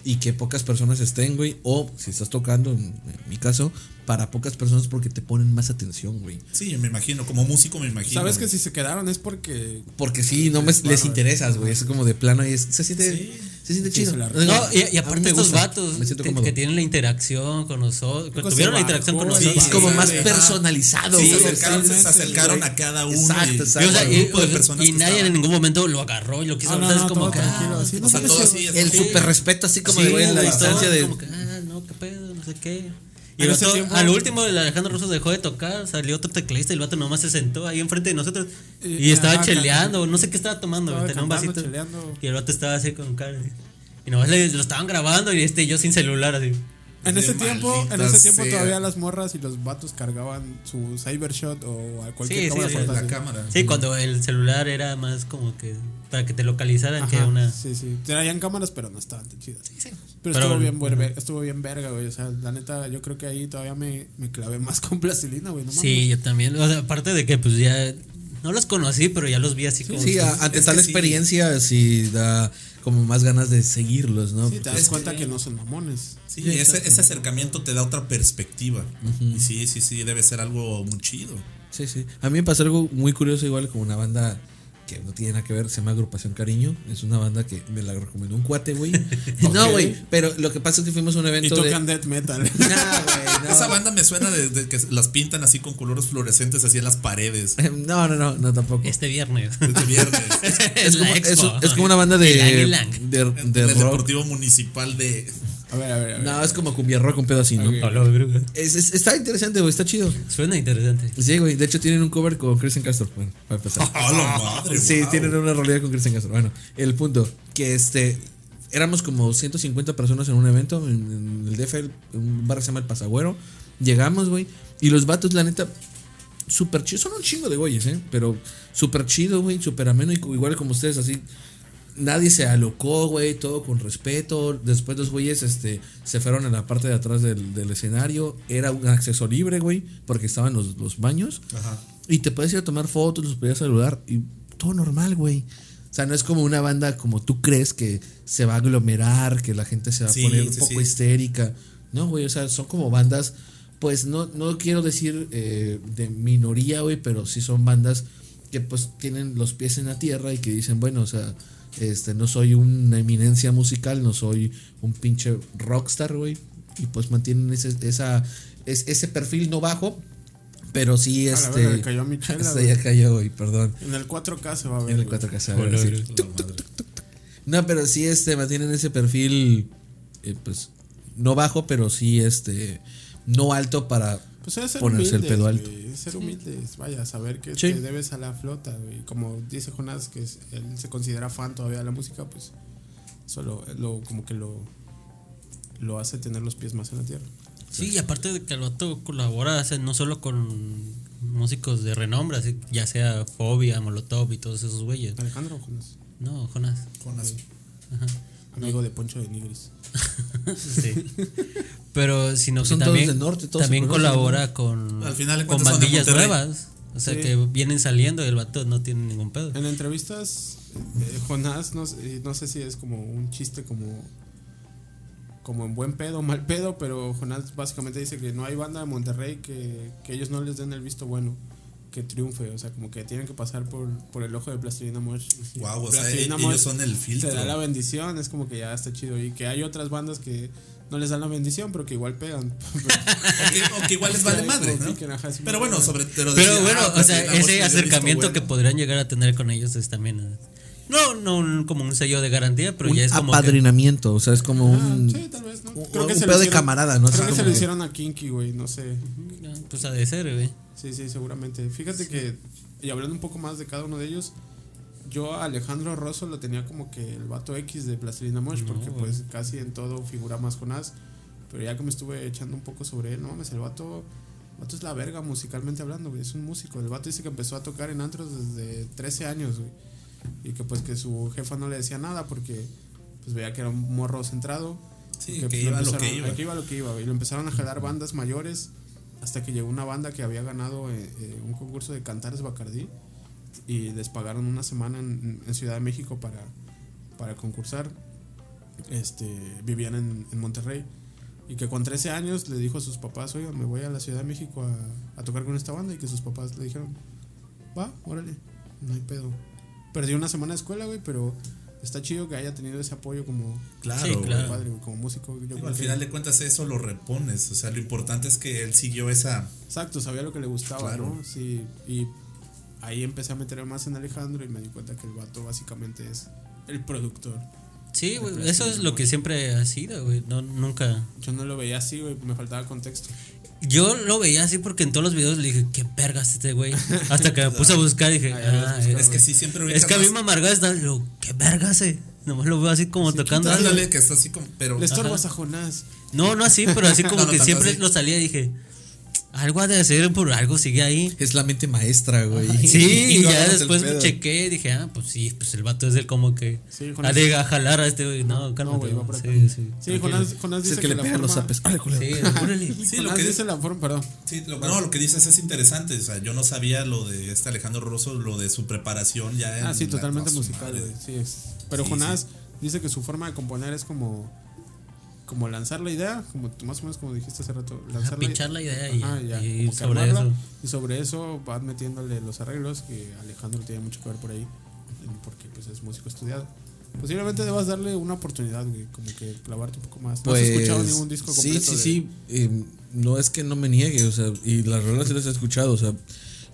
Speaker 3: y que pocas personas estén, güey, o si estás tocando, en, en mi caso, para pocas personas porque te ponen más atención, güey.
Speaker 8: Sí, me imagino. Como músico me imagino.
Speaker 2: Sabes que
Speaker 8: güey.
Speaker 2: si se quedaron es porque
Speaker 3: Porque sí, no me- les interesas, güey. Es como de plano y es- se siente, se siente
Speaker 2: Sí,
Speaker 3: chido.
Speaker 2: se la
Speaker 3: Digo,
Speaker 6: No, y, y
Speaker 3: a mí
Speaker 6: aparte
Speaker 3: me
Speaker 6: estos
Speaker 3: gusta,
Speaker 6: vatos
Speaker 3: me siento
Speaker 6: te-
Speaker 3: cómodo.
Speaker 6: que tienen la interacción con nosotros, que
Speaker 2: Pues se
Speaker 6: tuvieron la
Speaker 2: bajó,
Speaker 6: interacción con
Speaker 2: sí,
Speaker 6: nosotros.
Speaker 3: es como
Speaker 8: Sí,
Speaker 3: más
Speaker 8: güey,
Speaker 3: personalizado,
Speaker 8: Sí,
Speaker 3: güey.
Speaker 8: se acercaron, se
Speaker 2: exactamente,
Speaker 8: acercaron
Speaker 2: güey.
Speaker 8: a cada uno.
Speaker 3: Exacto,
Speaker 8: y-
Speaker 3: exacto.
Speaker 6: Y, o sea,
Speaker 8: al
Speaker 6: y-
Speaker 8: grupo de
Speaker 6: o sea,
Speaker 8: personas
Speaker 6: y
Speaker 8: que
Speaker 6: nadie en
Speaker 8: estaban.
Speaker 6: ningún momento lo agarró y lo quiso
Speaker 2: Ah, no,
Speaker 6: hablar.
Speaker 2: no,
Speaker 6: es como
Speaker 2: todo
Speaker 6: que.
Speaker 2: tranquilo,
Speaker 6: ah,
Speaker 2: así, no
Speaker 8: O sea,
Speaker 2: mames,
Speaker 8: todo
Speaker 2: el-
Speaker 8: así. es
Speaker 3: El
Speaker 8: como-
Speaker 3: super respeto, así como de, güey, en la
Speaker 6: güey,
Speaker 3: distancia
Speaker 6: todos
Speaker 3: de.
Speaker 6: como que, ah, no, qué pedo, no sé qué. Y
Speaker 2: En
Speaker 6: el
Speaker 2: ese
Speaker 6: vato-
Speaker 2: tiempo-
Speaker 6: al último el Alejandro Russo dejó de tocar, salió otro teclista y el vato nomás se sentó ahí enfrente de nosotros y
Speaker 2: Eh,
Speaker 6: estaba
Speaker 2: ajá,
Speaker 6: cheleando, no sé qué estaba tomando,
Speaker 2: Estaba
Speaker 6: güey, tenía un
Speaker 2: cantando,
Speaker 6: vasito.
Speaker 2: cheleando.
Speaker 6: Y el vato estaba así con cara. así. Y nomás le- lo estaban grabando y este yo sin celular así.
Speaker 2: en
Speaker 8: De
Speaker 2: ese tiempo, en
Speaker 8: maldita
Speaker 2: ese tiempo
Speaker 8: sea.
Speaker 2: todavía las morras y los vatos cargaban su cybershot o a cualquier
Speaker 6: Sí, sí,
Speaker 2: cámara
Speaker 6: sí,
Speaker 2: portátil.
Speaker 8: La cámara.
Speaker 6: Sí, cuando el celular era más como que para que te localizaran que
Speaker 2: Ajá,
Speaker 6: una
Speaker 2: Sí, sí. Traían cámaras, pero no estaban tan chidas. Pero,
Speaker 6: Pero-
Speaker 2: estuvo, bien, verga- estuvo bien verga, güey. O sea, la neta, yo creo que ahí todavía me, me clavé más con plastilina, güey. No mames.
Speaker 6: Sí, yo también. O sea, aparte de que pues ya no los conocí, pero ya los vi así como este,
Speaker 3: Sí,
Speaker 6: que-
Speaker 3: a- ante
Speaker 8: Es
Speaker 3: tal
Speaker 8: que sí.
Speaker 3: experiencia sí da como más ganas de seguirlos, ¿no?
Speaker 2: Sí, te das
Speaker 8: Es que-
Speaker 2: cuenta que no son mamones.
Speaker 8: Sí, ese, ese acercamiento te da otra perspectiva. Y sí, sí, sí, debe ser algo muy chido.
Speaker 3: Sí, sí. A mí me pasó algo muy curioso igual con una banda que no tiene nada que ver, se llama Agrupación Cariño. Es una banda que me la recomendó un cuate, güey. No, güey, pero lo que pasa es que fuimos a un
Speaker 2: Y
Speaker 3: evento de.
Speaker 2: tocan death metal.
Speaker 3: Nah, güey, no.
Speaker 8: Esa banda me suena de, de que las pintan así con colores fluorescentes así en las paredes.
Speaker 3: No, no, no, no, tampoco.
Speaker 6: Este viernes.
Speaker 8: Este viernes.
Speaker 3: Es como,
Speaker 6: La
Speaker 3: es-
Speaker 6: expo.
Speaker 3: es como una banda de.
Speaker 6: El Lang y Lang.
Speaker 3: de,
Speaker 8: En
Speaker 3: de
Speaker 8: el
Speaker 3: rock.
Speaker 8: Deportivo Municipal de.
Speaker 2: A ver, a ver, a ver.
Speaker 3: No, es como cumbia rock, un pedacito.
Speaker 6: Hola, bruja.
Speaker 3: está interesante, güey, está chido.
Speaker 6: Suena interesante.
Speaker 3: Sí, güey. De hecho, tienen un cover con Christian Castro. Bueno, para empezar.
Speaker 8: ¡A la madre!
Speaker 3: Sí,
Speaker 8: wow!
Speaker 3: tienen una realidad con Cristian Castro. Bueno, el punto, que este, éramos como 150 personas en un evento, en, en el DF, el- un bar que se llama El Pasagüero. Llegamos, güey, y los vatos, la neta, súper chido. Son un chingo de güeyes, ¿eh? Pero súper chido, güey, súper ameno, y cu- igual como ustedes, así. Nadie se alocó, güey, todo con respeto. Después los güeyes este, se fueron a la parte de atrás del, del escenario. Era un acceso libre, güey, porque estaban los, los baños.
Speaker 8: Ajá.
Speaker 3: Y te puedes ir a tomar fotos, los podías saludar y todo normal, güey. O sea, no es como una banda como tú crees que se va a aglomerar, que la gente se va a
Speaker 8: Sí,
Speaker 3: poner un
Speaker 8: sí,
Speaker 3: poco
Speaker 8: sí.
Speaker 3: histérica. No, güey, o sea, son como bandas, pues no, no quiero decir eh, de minoría, güey, pero sí son bandas que pues tienen los pies en la tierra y que dicen, bueno, o sea, este, no soy una eminencia musical, no soy un pinche rockstar, güey. Y pues mantienen ese, esa, es- ese perfil no bajo, pero sí,
Speaker 2: la
Speaker 3: este.
Speaker 2: verga, cayó mi chela,
Speaker 3: hasta
Speaker 2: güey.
Speaker 3: ya cayó, güey, perdón.
Speaker 2: En el 4K se va a ver.
Speaker 3: En el
Speaker 2: güey.
Speaker 3: 4K se abre, sí. No, pero sí, este, mantienen ese perfil, eh, pues, no bajo, pero sí, este, no alto para
Speaker 2: Pues es ser
Speaker 3: ponerse el
Speaker 2: humildes,
Speaker 3: pedo
Speaker 2: güey,
Speaker 3: alto.
Speaker 2: es ser humildes, vaya, saber que
Speaker 3: Sí.
Speaker 2: te debes a la flota, güey. Como dice Jonás, que es- él se considera fan todavía de la música, pues solo lo, como que lo, lo hace tener los pies más en la tierra.
Speaker 6: Sí, y aparte de que el vato colabora o sea, no solo con músicos de renombre, así, ya sea Fobia, Molotov y todos esos güeyes.
Speaker 2: Alejandro Jonás,
Speaker 6: No, Jonas.
Speaker 2: amigo de Poncho de Nigris.
Speaker 6: Sí. Pero sino
Speaker 3: Pues
Speaker 6: que
Speaker 3: son todos
Speaker 6: también,
Speaker 3: del norte, todos
Speaker 6: también
Speaker 3: se conocen,
Speaker 6: colabora con,
Speaker 8: Al final de
Speaker 6: con
Speaker 8: cuentas son de
Speaker 6: bandillas
Speaker 8: Monterrey.
Speaker 6: nuevas. O sea que vienen saliendo y el vato no tiene ningún pedo.
Speaker 2: En entrevistas, eh, Jonás, no, sé- no sé si es como un chiste como como en buen pedo, mal pedo, pero Jonás básicamente dice que no hay banda de Monterrey que, que ellos no les den el visto bueno, que triunfe, o sea, como que tienen que pasar por, por el ojo de Plastilina Mosh.
Speaker 8: Guau, o sea, e- ellos son el filtro.
Speaker 2: Te da la bendición, es como que ya está chido, y que hay otras bandas que no les dan la bendición, pero que igual pegan.
Speaker 8: O que, o que igual les vale
Speaker 2: Sí,
Speaker 8: madre,
Speaker 2: como
Speaker 8: ¿no?
Speaker 2: piquen, ajá, sí,
Speaker 8: Pero
Speaker 2: madre.
Speaker 8: bueno, sobre. Pero,
Speaker 6: Pero
Speaker 8: decir,
Speaker 6: bueno,
Speaker 8: ah,
Speaker 6: o
Speaker 8: pues,
Speaker 6: sea,
Speaker 8: la voz que
Speaker 6: ese
Speaker 8: yo he visto
Speaker 6: acercamiento que
Speaker 8: buena.
Speaker 6: podrían llegar a tener con ellos es también. eh, No, no un- como un sello de garantía, pero
Speaker 3: un
Speaker 6: ya es como. que-
Speaker 3: apadrinamiento, o sea, es como
Speaker 2: Ah,
Speaker 3: un...
Speaker 2: sí, tal vez, ¿no?
Speaker 3: un-
Speaker 2: Creo que
Speaker 3: un
Speaker 2: se lo
Speaker 3: pedo de
Speaker 2: hicieron-
Speaker 3: camarada, ¿no?
Speaker 2: Creo
Speaker 3: Así
Speaker 2: que se
Speaker 3: como
Speaker 2: lo
Speaker 3: que-
Speaker 2: hicieron a Kinky, güey, no sé.
Speaker 6: Pues ha de ser, güey.
Speaker 2: Sí, sí, seguramente. Fíjate que, y hablando un poco más de cada uno de ellos, yo a Alejandro Rosso lo tenía como que el vato X de Plastilina Mosh, porque pues casi en todo figura más Jonás. Pero ya que me estuve echando un poco sobre él, no mames, el vato, el vato es la verga musicalmente hablando, güey, es un músico. El vato dice que empezó a tocar en antros desde 13 años, güey. Y que pues que su jefa no le decía nada porque pues veía que era un morro centrado.
Speaker 8: Sí,
Speaker 2: Y
Speaker 8: que
Speaker 2: pues,
Speaker 8: iba lo
Speaker 2: empezaron-
Speaker 8: que iba.
Speaker 2: a que iba lo que iba, güey. Y lo empezaron a jalar bandas mayores hasta que llegó una banda que había ganado eh, eh, un concurso de cantares Bacardí y les pagaron una semana en, en Ciudad de México para, para concursar. Este, vivían en, en Monterrey y que con 13 años le dijo a sus papás, oiga, me voy a la Ciudad de México a, a tocar con esta banda y que sus papás le dijeron, va, órale, no hay pedo. Perdió una semana de escuela, güey, pero está chido que haya tenido ese apoyo como,
Speaker 8: Claro,
Speaker 6: Sí,
Speaker 8: güey.
Speaker 6: claro.
Speaker 2: padre, güey, como músico. Yo
Speaker 8: Digo,
Speaker 2: creo
Speaker 8: al
Speaker 2: que-
Speaker 8: final de cuentas, eso lo repones. O sea, lo importante es que él siguió esa.
Speaker 2: Exacto, sabía lo que le gustaba,
Speaker 8: Claro.
Speaker 2: ¿no? Sí, y ahí empecé a meter más en Alejandro y me di cuenta que el vato básicamente es el productor.
Speaker 6: Sí, güey, eso es lo que siempre ha sido, güey. No, nunca.
Speaker 2: Yo no lo veía así, güey, me faltaba contexto.
Speaker 6: Yo lo veía así porque en todos los videos le dije, qué vergas este güey. Hasta que me puse a buscar y dije, ah,
Speaker 8: Es que sí, siempre ahorita
Speaker 6: Es que a mí
Speaker 8: más-
Speaker 6: me amargaba estar, digo, qué vergas, eh. Nomás lo veo así como tocando algo.
Speaker 8: Ándale, que está así como. Pero.
Speaker 2: Le estorbas a Jonás.
Speaker 6: No, no así, pero así como
Speaker 8: No, no
Speaker 6: que
Speaker 8: tanto
Speaker 6: siempre
Speaker 8: así.
Speaker 6: lo salía y dije, algo ha de hacer, por algo sigue ahí.
Speaker 3: Es la mente maestra, güey.
Speaker 6: Sí, y
Speaker 3: no
Speaker 6: ya
Speaker 3: agarras el
Speaker 6: después me
Speaker 3: pedo.
Speaker 6: chequé y dije, ah, pues sí, pues el vato es el como que
Speaker 2: Sí, con
Speaker 6: ha
Speaker 2: eso-
Speaker 6: de jalar a este güey. No,
Speaker 2: No,
Speaker 6: cálmate.
Speaker 2: güey, va por acá.
Speaker 6: sí, sí.
Speaker 2: Sí, Jonás, Ah, Jonás
Speaker 3: Es
Speaker 2: dice
Speaker 3: el
Speaker 2: que,
Speaker 3: que le
Speaker 2: la
Speaker 3: pegan los
Speaker 2: forma-
Speaker 3: sapes. ¡Órale, culero!
Speaker 6: Sí, órale.
Speaker 8: Sí, lo
Speaker 2: Jonás
Speaker 8: que
Speaker 2: dice la forma, perdón.
Speaker 8: Sí, lo- no, lo que dices es interesante. O sea, yo no sabía lo de este Alejandro Rosso, lo de su preparación ya. en
Speaker 2: Ah, sí,
Speaker 8: la-
Speaker 2: totalmente
Speaker 8: a su
Speaker 2: musical,
Speaker 8: madre.
Speaker 2: güey. Sí, es. Pero
Speaker 8: Sí,
Speaker 2: Jonás dice que su forma de componer es como como lanzar la idea, como tú- más o menos como dijiste hace rato, lanzar
Speaker 6: Ajá,
Speaker 2: la-
Speaker 6: pinchar la idea y-
Speaker 2: Ajá, Ah, ya,
Speaker 6: y
Speaker 2: como que
Speaker 6: sobre
Speaker 2: armarla,
Speaker 6: eso.
Speaker 2: y sobre eso va metiéndole los arreglos que Alejandro tiene mucho que ver por ahí. porque pues es músico estudiado. Posiblemente debas darle una oportunidad, güey, como que clavarte un poco más. No has escuchado ningún disco completo.
Speaker 3: Pues, Sí, sí,
Speaker 2: de-
Speaker 3: sí. eh, no es que no me niegue, o sea, y las rolas sí las he escuchado, o sea,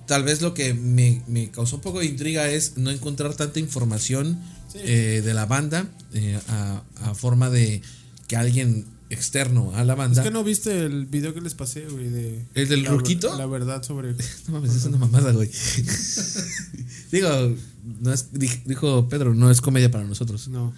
Speaker 3: tal vez lo que me, me causó un poco de intriga es no encontrar tanta información eh, de la banda eh, a, a forma de que alguien externo a la
Speaker 2: Es
Speaker 3: banda.
Speaker 2: que no viste el video que les pasé, güey, de...
Speaker 3: ¿El del
Speaker 2: la-
Speaker 3: ruquito?
Speaker 2: La verdad sobre...
Speaker 3: No mames, es una mamada, güey. Digo, no es, di- dijo Pedro, no es comedia para nosotros.
Speaker 2: No,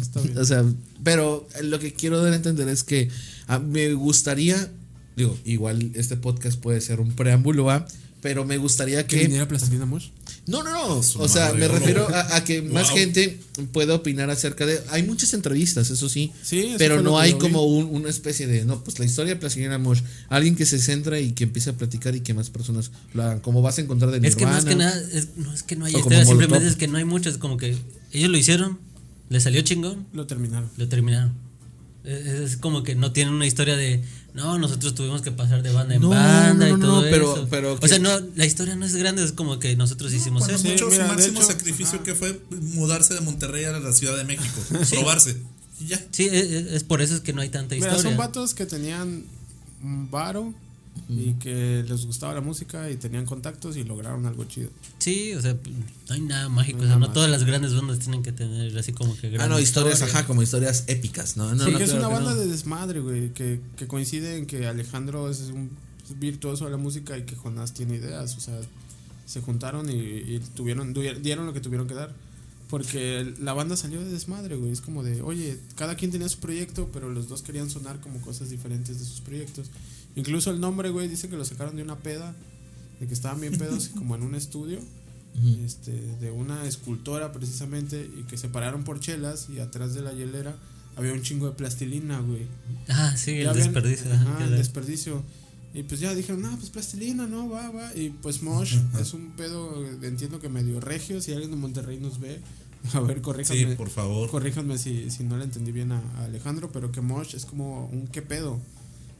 Speaker 2: está bien.
Speaker 3: O sea, pero lo que quiero dar a entender es que a- me gustaría, digo, igual este podcast puede ser un preámbulo a, pero me gustaría
Speaker 2: ¿Que
Speaker 3: que...
Speaker 2: viniera Plastilina Mosh?
Speaker 3: No, no, no. O sea,
Speaker 8: madre,
Speaker 3: me
Speaker 8: bro.
Speaker 3: refiero a, a que más
Speaker 8: Wow.
Speaker 3: gente pueda opinar acerca de... Hay muchas entrevistas, eso sí.
Speaker 2: Sí, eso
Speaker 3: pero
Speaker 2: fue lo
Speaker 3: no
Speaker 2: que
Speaker 3: hay
Speaker 2: yo vi.
Speaker 3: como un- una especie de... No, pues la historia de Plastilina Mosh. Alguien que se centra y que empiece a platicar y que más personas lo hagan. Como vas a encontrar de
Speaker 6: Es que más
Speaker 3: Nirvana.
Speaker 6: que nada, es- no es que no hay
Speaker 3: O como
Speaker 6: historia, simplemente
Speaker 3: Molotov.
Speaker 6: es que no hay muchas, como que ellos lo hicieron, le salió chingón,
Speaker 2: Lo terminaron.
Speaker 6: lo terminaron. Es, es como que no tienen una historia de, no, nosotros tuvimos que pasar de banda en
Speaker 3: No,
Speaker 6: banda
Speaker 3: no, no,
Speaker 6: y todo
Speaker 3: no, pero-
Speaker 6: eso.
Speaker 3: pero
Speaker 6: o sea,
Speaker 3: que-
Speaker 6: no, la historia no es grande, es como que nosotros hicimos
Speaker 8: Cuando
Speaker 6: eso.
Speaker 8: mucho
Speaker 2: mira,
Speaker 8: su
Speaker 2: de
Speaker 8: máximo
Speaker 2: hecho,
Speaker 8: sacrificio que fue mudarse de Monterrey a la Ciudad de México, probarse. Y ya.
Speaker 6: Sí, es, es- es por eso es que no hay tanta
Speaker 2: Mira,
Speaker 6: historia.
Speaker 2: son vatos que tenían un varo y que les gustaba la música y tenían contactos y lograron algo chido.
Speaker 6: Sí, o sea, no hay nada mágico.
Speaker 2: No hay
Speaker 6: o sea,
Speaker 2: nada
Speaker 6: no
Speaker 2: más.
Speaker 6: todas las grandes bandas tienen que tener así como que
Speaker 3: Ah, no,
Speaker 6: grandes.
Speaker 3: historias, ajá, como historias épicas, ¿no? no, no,
Speaker 2: Porque es
Speaker 3: claro
Speaker 2: una
Speaker 3: que
Speaker 2: banda
Speaker 3: no.
Speaker 2: de desmadre, güey, que, que coincide en que Alejandro es un virtuoso de la música y que Jonás tiene ideas, o sea, se juntaron y, y tuvieron, duye- dieron lo que tuvieron que dar. Porque la banda salió de desmadre, güey. Es como de, oye, cada quien tenía su proyecto, pero los dos querían sonar como cosas diferentes de sus proyectos. Incluso el nombre, güey, dice que lo sacaron de una peda, de que estaban bien pedos, como en un estudio, este, de una escultora precisamente, y que se pararon por chelas y atrás de la hielera había un chingo de plastilina, güey.
Speaker 6: Ah, sí, el
Speaker 2: Ya habían-
Speaker 6: desperdicio.
Speaker 2: ajá,
Speaker 6: que
Speaker 2: el
Speaker 6: la-
Speaker 2: desperdicio. Y pues ya dijeron, no, pues plastilina, no, va, va. Y pues Mosh es un pedo, eh, entiendo que medio regio. Si alguien de Monterrey nos ve, a ver,
Speaker 8: Sí,
Speaker 2: corríjanme.
Speaker 8: por favor.
Speaker 2: Corríjanme si, si no le entendí bien a, a Alejandro, pero que Mosh es como un qué pedo.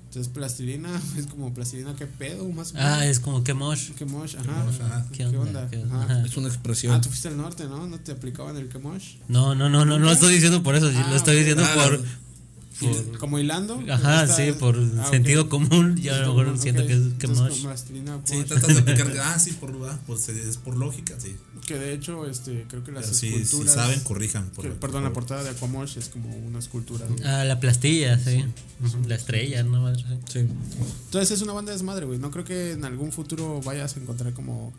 Speaker 2: Entonces plastilina es como plastilina, qué pedo, más o menos.
Speaker 6: Ah, es como que mosh.
Speaker 2: Que Mosh, ajá.
Speaker 8: Mosh, ajá.
Speaker 2: ¿Qué onda?
Speaker 6: ¿Qué
Speaker 2: Ajá.
Speaker 6: onda?
Speaker 3: Es una expresión.
Speaker 2: Ah, tú fuiste al norte, ¿no? ¿No te aplicaban el que Mosh?
Speaker 6: No, no, no, no, no lo estoy diciendo por eso, sí,
Speaker 2: Ah,
Speaker 6: lo estoy
Speaker 2: ok.
Speaker 6: diciendo
Speaker 8: Ah,
Speaker 6: por.
Speaker 2: Y- Como hilando.
Speaker 6: Ajá,
Speaker 2: Está-
Speaker 6: sí, por
Speaker 2: ah, ok.
Speaker 6: sentido común. Yo a lo mejor
Speaker 2: Ok,
Speaker 6: siento que es que
Speaker 2: entonces,
Speaker 6: mosh.
Speaker 2: con plastilina,
Speaker 8: Sí,
Speaker 2: Mosh.
Speaker 8: tratas de aplicar. Ah, sí, por, ah, pues, es por lógica, sí.
Speaker 2: Que de hecho, este, creo que las
Speaker 8: Pero sí, si
Speaker 2: esculturas.
Speaker 8: saben, corrijan.
Speaker 2: que-
Speaker 8: por-
Speaker 2: perdón, la
Speaker 8: por-
Speaker 2: portada de Aquamosh es como una escultura. güey.
Speaker 6: Ah, la plastilla, sí. Ujú, La estrella, ¿no? Madre, sí.
Speaker 3: Sí.
Speaker 2: Entonces es una banda de desmadre, güey. No creo que en algún futuro vayas a encontrar como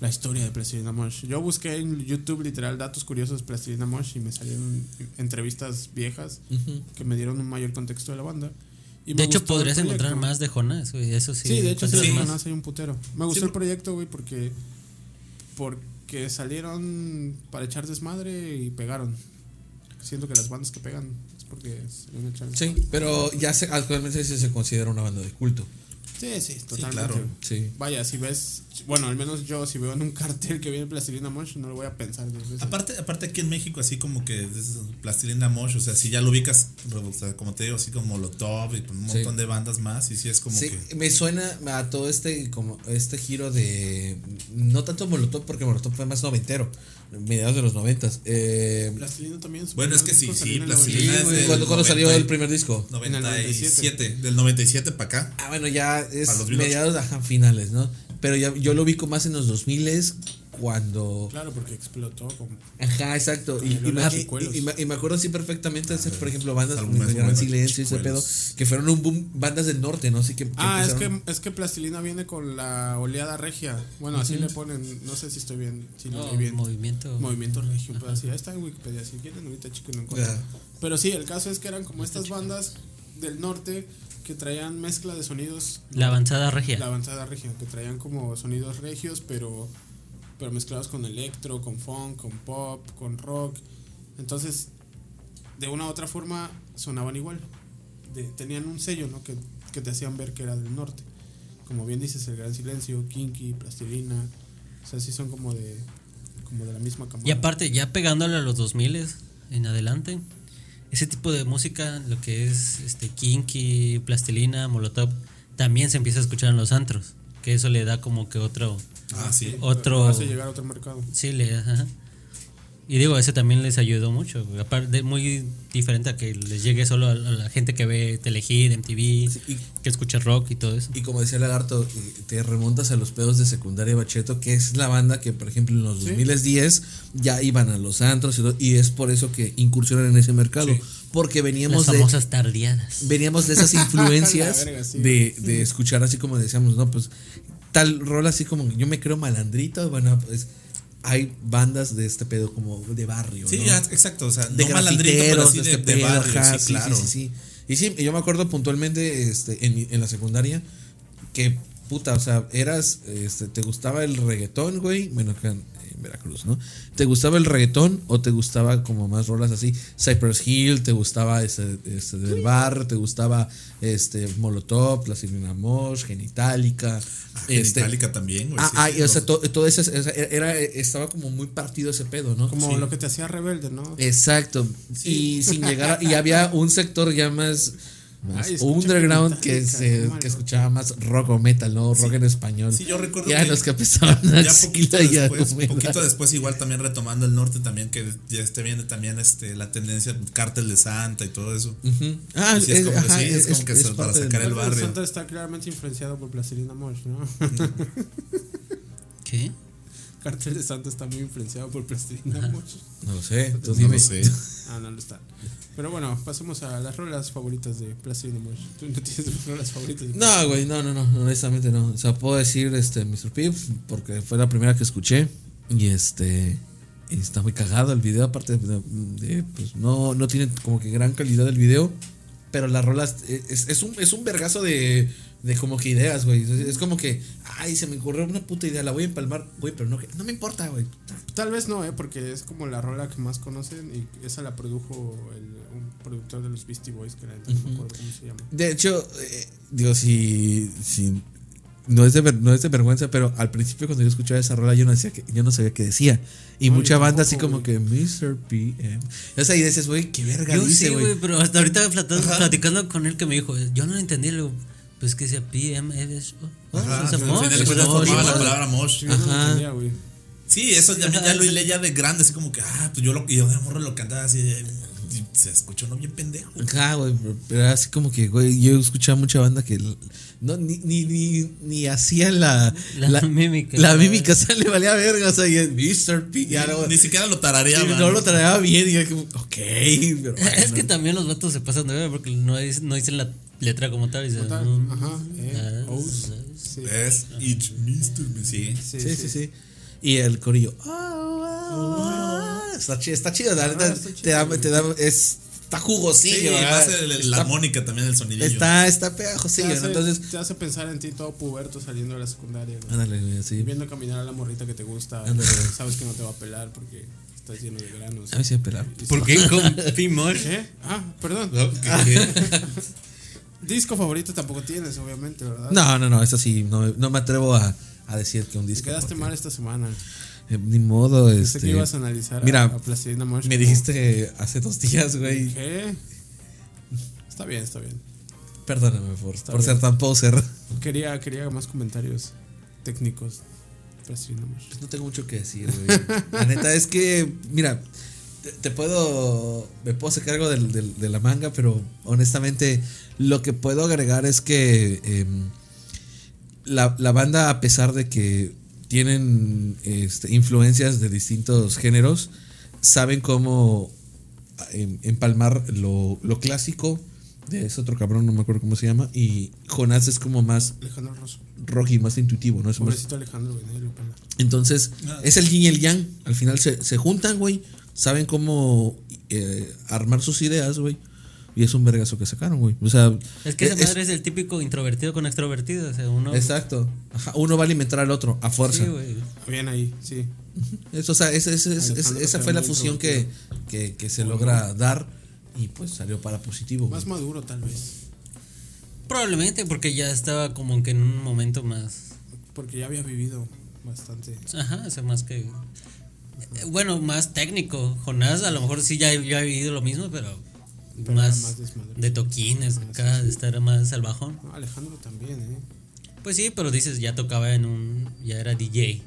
Speaker 2: la historia de Plastilina Mosh. Yo busqué en YouTube literal datos curiosos de Plastilina Mosh y me salieron entrevistas viejas que me dieron un mayor contexto de la banda. Y
Speaker 6: De
Speaker 2: me
Speaker 6: hecho,
Speaker 2: gustó el
Speaker 6: podrías encontrar
Speaker 2: proyecto.
Speaker 6: más de Jonás, güey. Eso sí.
Speaker 2: Sí, de hecho, sí,
Speaker 6: encuentras
Speaker 2: sí.
Speaker 6: más.
Speaker 2: Jonás hay un putero. Me gustó
Speaker 8: Sí,
Speaker 2: el proyecto, güey, porque. Porque salieron para echar desmadre y pegaron. Siento que las bandas que pegan es porque salieron a echar desmadre.
Speaker 3: Sí, pero ya se, actualmente sí se considera una banda de culto.
Speaker 2: Sí, sí, totalmente.
Speaker 8: claro.
Speaker 3: Sí.
Speaker 2: Vaya, si ves. Bueno, al menos yo, si veo en un cartel que viene Plastilina Mosh, no lo voy a pensar dos veces.
Speaker 8: Aparte, aparte aquí en México, así como que es plastilina mosh, o sea, si ya lo ubicas, pues, o sea, como te digo, así como Molotov y con un
Speaker 3: Sí.
Speaker 8: montón de bandas más, y sí es como
Speaker 3: Sí,
Speaker 8: que.
Speaker 3: me suena a todo este como este giro de no tanto Molotov porque Molotov fue más noventero, mediados de los noventas. Eh,
Speaker 2: Plastilina también. su
Speaker 8: Bueno, es
Speaker 2: primer
Speaker 8: que sí,
Speaker 2: disco
Speaker 8: sí,
Speaker 2: salió en el
Speaker 8: plastilina
Speaker 2: 97.
Speaker 8: es del
Speaker 3: ¿Cuándo, cuándo salió
Speaker 8: 90 y-
Speaker 3: el primer disco?
Speaker 8: 97, del 97 para acá.
Speaker 3: Ah, bueno, ya
Speaker 8: Para
Speaker 3: es
Speaker 8: 2008.
Speaker 3: mediados ajá, finales, ¿no? Pero ya, yo lo ubico más en los 2000 cuando
Speaker 2: Claro, porque explotó. Como,
Speaker 3: Ajá, exacto. Y,
Speaker 2: el
Speaker 3: y
Speaker 2: olor
Speaker 3: me-
Speaker 2: a
Speaker 3: y-
Speaker 2: chicuelos.
Speaker 3: y- y me- y me acuerdo así perfectamente, esas, por ejemplo, bandas como
Speaker 8: Algunas
Speaker 3: el Gran
Speaker 8: buenas
Speaker 3: Silencio y ese pedo,
Speaker 8: Ah, chicuelos.
Speaker 3: que fueron un boom, bandas del norte, ¿no? Así que, que
Speaker 2: Ah, es
Speaker 3: empezaron-
Speaker 2: que, es que plastilina viene con la oleada regia. Bueno, así le ponen. No sé si estoy bien. Si no,
Speaker 6: No,
Speaker 2: estoy bien.
Speaker 6: movimiento.
Speaker 2: Movimiento regio. pues, así, ahí está en Wikipedia. Si quieren, ahorita chico no encuentro.
Speaker 3: Ya.
Speaker 2: Pero sí, el caso es que eran como estas bandas del norte que traían mezcla de sonidos.
Speaker 6: La avanzada regia.
Speaker 2: La avanzada regia. Que traían como sonidos regios, pero, pero mezclados con electro, con funk, con pop, con rock. Entonces, de una u otra forma sonaban igual. De- tenían un sello, ¿no? Que, que te hacían ver que era del norte. Como bien dices, el Gran Silencio, Kinky, Plastilina. O sea, sí son como de, como de la misma camada.
Speaker 6: Y aparte, ya pegándole a los 2000 en adelante, ese tipo de música, lo que es este kinky, plastilina, molotov, también se empieza a escuchar en los antros, que eso le da como que otro
Speaker 8: Ah, sí.
Speaker 6: otro
Speaker 2: Hace llegar a otro mercado.
Speaker 6: sí le ajá. Y digo, ese también les ayudó mucho. güey. Aparte, muy diferente a que les llegue solo a, a la gente que ve Telehit, MTV,
Speaker 3: Sí, y-
Speaker 6: que escucha rock y todo eso.
Speaker 3: Y como decía Lagarto, eh, te remontas a los pedos de secundaria Bacheto, que es la banda que, por ejemplo, en los 2010 ya iban a los antros y, lo- y es por eso que incursionan en ese mercado. Porque
Speaker 6: Las
Speaker 3: veníamos de,
Speaker 6: famosas tardeadas.
Speaker 3: veníamos de esas influencias
Speaker 2: La verga, sí.
Speaker 3: de, de escuchar así como decíamos, no, pues tal rol así como yo me creo malandrito, bueno, pues hay bandas de este pedo como de barrio.
Speaker 8: Sí,
Speaker 3: ¿no?
Speaker 8: ya, exacto. O sea,
Speaker 3: de
Speaker 8: no malandrito, pero
Speaker 3: grafiteros,
Speaker 8: así de,
Speaker 3: este
Speaker 8: de
Speaker 3: pedo,
Speaker 8: barrio.
Speaker 3: ajá,
Speaker 8: sí, claro.
Speaker 3: Sí, sí. Y sí, yo me acuerdo puntualmente este, en, mi- en la secundaria que, puta, o sea, eras, este, te gustaba el reggaetón, güey, bueno, acá en, en Veracruz, ¿no? ¿Te gustaba el reggaetón o te gustaba como más rolas así? Cypress Hill, te gustaba este, este, del bar, te gustaba este Molotov, La Sirena Mosh, Genitalica. este,
Speaker 8: Genitalica también, güey.
Speaker 3: Ah,
Speaker 8: sí,
Speaker 3: ah,
Speaker 8: sí,
Speaker 3: y, o sea,
Speaker 8: los-
Speaker 3: to- todo ese, o sea, era, estaba como muy partido ese pedo, ¿no?
Speaker 2: Como lo que te hacía rebelde, ¿no?
Speaker 3: Exacto. Y sin llegar a- y había un sector ya más, más
Speaker 2: Ay, escucha
Speaker 3: underground
Speaker 2: Metallica,
Speaker 3: que se
Speaker 2: qué malo.
Speaker 3: que escuchaba más rock o metal, no rock en español.
Speaker 8: Sí, yo recuerdo
Speaker 3: Ya
Speaker 8: que
Speaker 3: los que empezaban a
Speaker 8: ya poquito
Speaker 3: y a
Speaker 8: después,
Speaker 3: comer.
Speaker 8: poquito después igual también retomando el norte también que ya este viene también este la tendencia cártel de Santa y todo eso.
Speaker 3: Ujú. Ah,
Speaker 8: Sí, es como que sí, es como que
Speaker 3: es
Speaker 8: son para
Speaker 3: parte del-
Speaker 8: sacar el
Speaker 2: Bueno,
Speaker 8: barrio.
Speaker 2: Santa está claramente influenciado por Placerina Mosh, ¿no?
Speaker 6: ¿Qué?
Speaker 2: Cartel de Santa está muy influenciado por Placerina Mosh.
Speaker 3: No lo sé, tú
Speaker 8: No
Speaker 3: dime.
Speaker 8: lo sé.
Speaker 2: Ah, no lo está. Pero bueno, pasemos a las rolas favoritas de Placerina Mosh. ¿Tú no tienes rolas favoritas? de
Speaker 3: No, güey, no, no, no, honestamente no. O sea, puedo decir este Mr. Piff porque fue la primera que escuché y este y está muy cagado el video aparte de, de, pues no no tiene como que gran calidad el video, pero las rolas eh, es, es un es un vergazo de de como que ideas, güey. Es, es como que ay, se me ocurrió una puta idea, la voy a empalmar, güey, pero no que- no me importa, güey.
Speaker 2: Tal vez no, ¿eh? porque es como la rola que más conocen y esa la produjo el- un productor de los Beastie Boys, que la neta no me acuerdo cómo se llama.
Speaker 3: De hecho, eh, digo, si, si- no, es de, ver- no es de vergüenza, pero al principio cuando yo escuchaba esa rola yo no, decía que, yo no sabía qué decía. Y
Speaker 2: No,
Speaker 3: mucha
Speaker 2: yo
Speaker 3: banda así como
Speaker 2: tampoco,
Speaker 3: que Mr. PM. O sea, y dices, güey, qué verga
Speaker 6: Yo
Speaker 3: dice,
Speaker 6: sí,
Speaker 3: güey.
Speaker 6: güey, pero hasta ahorita plata- platicando con él que me dijo, yo no lo entendí, le digo, pues que decía PMF. oh,
Speaker 8: Ajá,
Speaker 6: o sea,
Speaker 8: al
Speaker 6: mosh,
Speaker 8: final de cuentas
Speaker 6: mosh,
Speaker 8: formaba la
Speaker 6: mosh.
Speaker 8: palabra mosh.
Speaker 2: Yo no lo entendía, güey.
Speaker 8: Sí, eso ya, ya lo hilé ya de grande, así como que, ah, pues yo lo, y yo de morro lo cantaba así, de- y se escuchó no bien pendejo.
Speaker 3: Ajá, güey, pero- pero era así como que, güey, yo escuchaba mucha banda que l- no, ni, ni, ni, ni hacía la,
Speaker 6: La mímica.
Speaker 3: La mímica, o sea, le valía verga, o sea, y es Mr. P. Ya no,
Speaker 8: Ni siquiera lo
Speaker 3: y
Speaker 8: tarareaba.
Speaker 3: no lo traía bien, y yo como, ok, pero
Speaker 6: Es
Speaker 3: bueno.
Speaker 6: que también los vatos se pasan de ver porque no, dic- no dicen la letra como tal. Dicen, mm,
Speaker 2: Ajá, eh,
Speaker 6: ah,
Speaker 2: O's.
Speaker 6: ¿sabes?
Speaker 2: Sí,
Speaker 8: Es It's Mr. Sí.
Speaker 2: sí,
Speaker 3: Sí,
Speaker 2: sí.
Speaker 3: sí, sí. Y el corillo. "Ah, ah, ah". Está chido, está chido. La neta, te da, te da, es, está
Speaker 8: Sí,
Speaker 3: jugosillo.
Speaker 8: y
Speaker 3: ¿verdad?
Speaker 8: más el- el- la
Speaker 3: está,
Speaker 8: armónica también, el sonidillo.
Speaker 3: está, está
Speaker 2: Te
Speaker 3: pegajosillo. ¿no?
Speaker 2: hace,
Speaker 3: Entonces,
Speaker 2: te hace pensar en ti todo puberto saliendo de la secundaria, güey.
Speaker 3: ándale, güey, así.
Speaker 2: Viendo caminar a la morrita que te gusta,
Speaker 3: Ándale.
Speaker 2: sabes que no te va a pelar porque estás lleno de granos.
Speaker 3: A ver si voy a pelar.
Speaker 6: ¿Por qué con P-Mosh?
Speaker 2: ¿Qué? Ah, perdón. Disco favorito tampoco tienes, obviamente, ¿verdad?
Speaker 3: No, no, no, es así. No, no me atrevo a, a decir que un
Speaker 2: Te
Speaker 3: disco.
Speaker 2: quedaste
Speaker 3: porque-
Speaker 2: mal esta semana.
Speaker 3: eh, ni modo,
Speaker 2: Pensé
Speaker 3: este.
Speaker 2: que ibas a analizar a-
Speaker 3: mira,
Speaker 2: a, Plastilina Mosh
Speaker 3: Me
Speaker 2: como-
Speaker 3: dijiste hace dos días, güey.
Speaker 2: ¿Qué? Está bien, está bien.
Speaker 3: Perdóname por, por
Speaker 2: bien.
Speaker 3: ser tan poser.
Speaker 2: Quería, quería más comentarios técnicos. Plastilina Mosh.
Speaker 3: Pues no tengo mucho que decir, güey. La neta es que, mira, te, te puedo. Me puedo sacar algo del- del- de la manga, pero honestamente, lo que puedo agregar es que em, la, la banda, a pesar de que tienen este, influencias de distintos géneros, saben cómo em- empalmar lo, lo clásico. De ese otro cabrón, no me acuerdo cómo se llama. Y Jonás es como más
Speaker 2: Alejandro Rosso.
Speaker 3: rocky, más intuitivo, ¿no? Es más,
Speaker 2: Pobrecito Alejandro, güey. nadie lo pela.
Speaker 3: entonces,
Speaker 2: Ah,
Speaker 3: es el yin y el yang. Al final se, se juntan, güey. Saben cómo eh, armar sus ideas, güey. Y es un vergazo que sacaron, güey. O sea,
Speaker 6: Es que esa
Speaker 3: Eh, es-
Speaker 6: madre es el típico introvertido con extrovertido. O sea, uno.
Speaker 3: Exacto. Ajá, uno va a alimentar al otro a fuerza.
Speaker 6: Sí, güey.
Speaker 2: Bien ahí, sí.
Speaker 3: Es- o sea, es- es- es- es-
Speaker 2: Alejandro
Speaker 3: esa fue la
Speaker 2: Fernández
Speaker 3: fusión que, que- que se logra dar y pues salió para positivo. güey.
Speaker 2: Más maduro, tal vez.
Speaker 6: Probablemente porque ya estaba como que en un momento más.
Speaker 2: Porque ya había vivido bastante.
Speaker 6: Ajá, o sea, más que. eh, Bueno, más técnico. Jonás a lo mejor sí ya, ya ha vivido lo mismo, pero.
Speaker 2: Pero
Speaker 6: más,
Speaker 2: era más desmadre.
Speaker 6: de toquines, acá, de estar más salvajón.
Speaker 2: No, Alejandro también, ¿eh?
Speaker 6: Pues sí, pero dices, ya tocaba en un. Ya era DJ.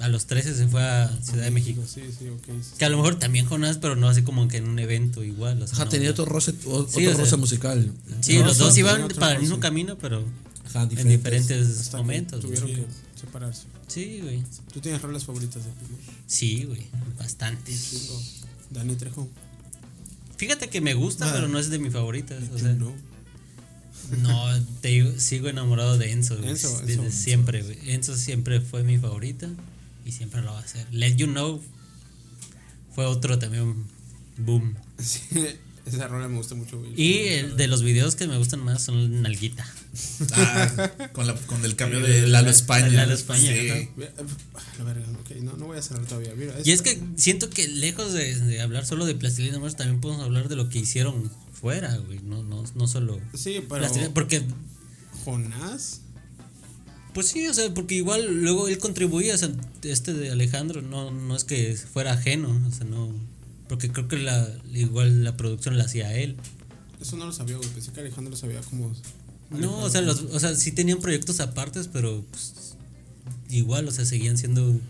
Speaker 6: a los 13 se fue a Ciudad de México.
Speaker 2: Sí, sí, ok. sí.
Speaker 6: Que a lo mejor también Jonás, pero no así como que en un evento igual. o sea,
Speaker 3: Ajá,
Speaker 6: no,
Speaker 3: tenía
Speaker 6: no.
Speaker 3: otro roce, o- otro
Speaker 6: Sí, o sea,
Speaker 3: roce musical.
Speaker 6: Sí,
Speaker 2: No,
Speaker 6: los
Speaker 2: son-
Speaker 6: dos
Speaker 2: tenía
Speaker 6: iban
Speaker 2: otro
Speaker 6: para el
Speaker 2: roce.
Speaker 6: mismo camino, pero
Speaker 3: Ajá,
Speaker 6: en diferentes
Speaker 2: Hasta que
Speaker 6: momentos. güey.
Speaker 2: Tuvieron que separarse.
Speaker 6: Sí, güey.
Speaker 2: ¿Tú tienes rolas favoritas de Pino?
Speaker 6: Sí, güey. Bastantes.
Speaker 2: Tengo Dani Trejo.
Speaker 6: Fíjate que me gusta, pero no es de mis favoritas.
Speaker 2: Yo
Speaker 6: O sea,
Speaker 2: no.
Speaker 6: No, te digo, sigo enamorado de Enzo, güey,
Speaker 2: Enzo,
Speaker 6: desde
Speaker 2: Enzo.
Speaker 6: siempre. güey. Enzo siempre fue mi favorita y siempre lo va a ser. Let You Know fue otro también boom.
Speaker 2: Sí, esa rola me gusta mucho, güey.
Speaker 6: Y el de los videos que me gustan más son Nalguita.
Speaker 8: Ah, con, la- con el cambio de Lalo España.
Speaker 6: Lalo España,
Speaker 8: Sí.
Speaker 6: ajá.
Speaker 2: Mira, eh, ah, La verga, ok, no, no voy a cerrar todavía. Mira,
Speaker 6: Y es
Speaker 2: esta-
Speaker 6: que siento que lejos de, de hablar solo de Plastilina Mosh, también podemos hablar de lo que hicieron fuera, güey. No, no, no solo
Speaker 2: Sí, pero.
Speaker 6: Plastilina, porque
Speaker 2: Jonás.
Speaker 6: Pues sí, o sea, porque igual luego él contribuía, o sea, este de Alejandro no, no es que fuera ajeno, o sea, no, porque creo que la, igual la producción la hacía él.
Speaker 2: Eso no lo sabía, güey. Pensé que Alejandro lo sabía como.
Speaker 6: No, o sea, los, o sea, sí tenían proyectos apartes, pero pues, igual, o sea, seguían siendo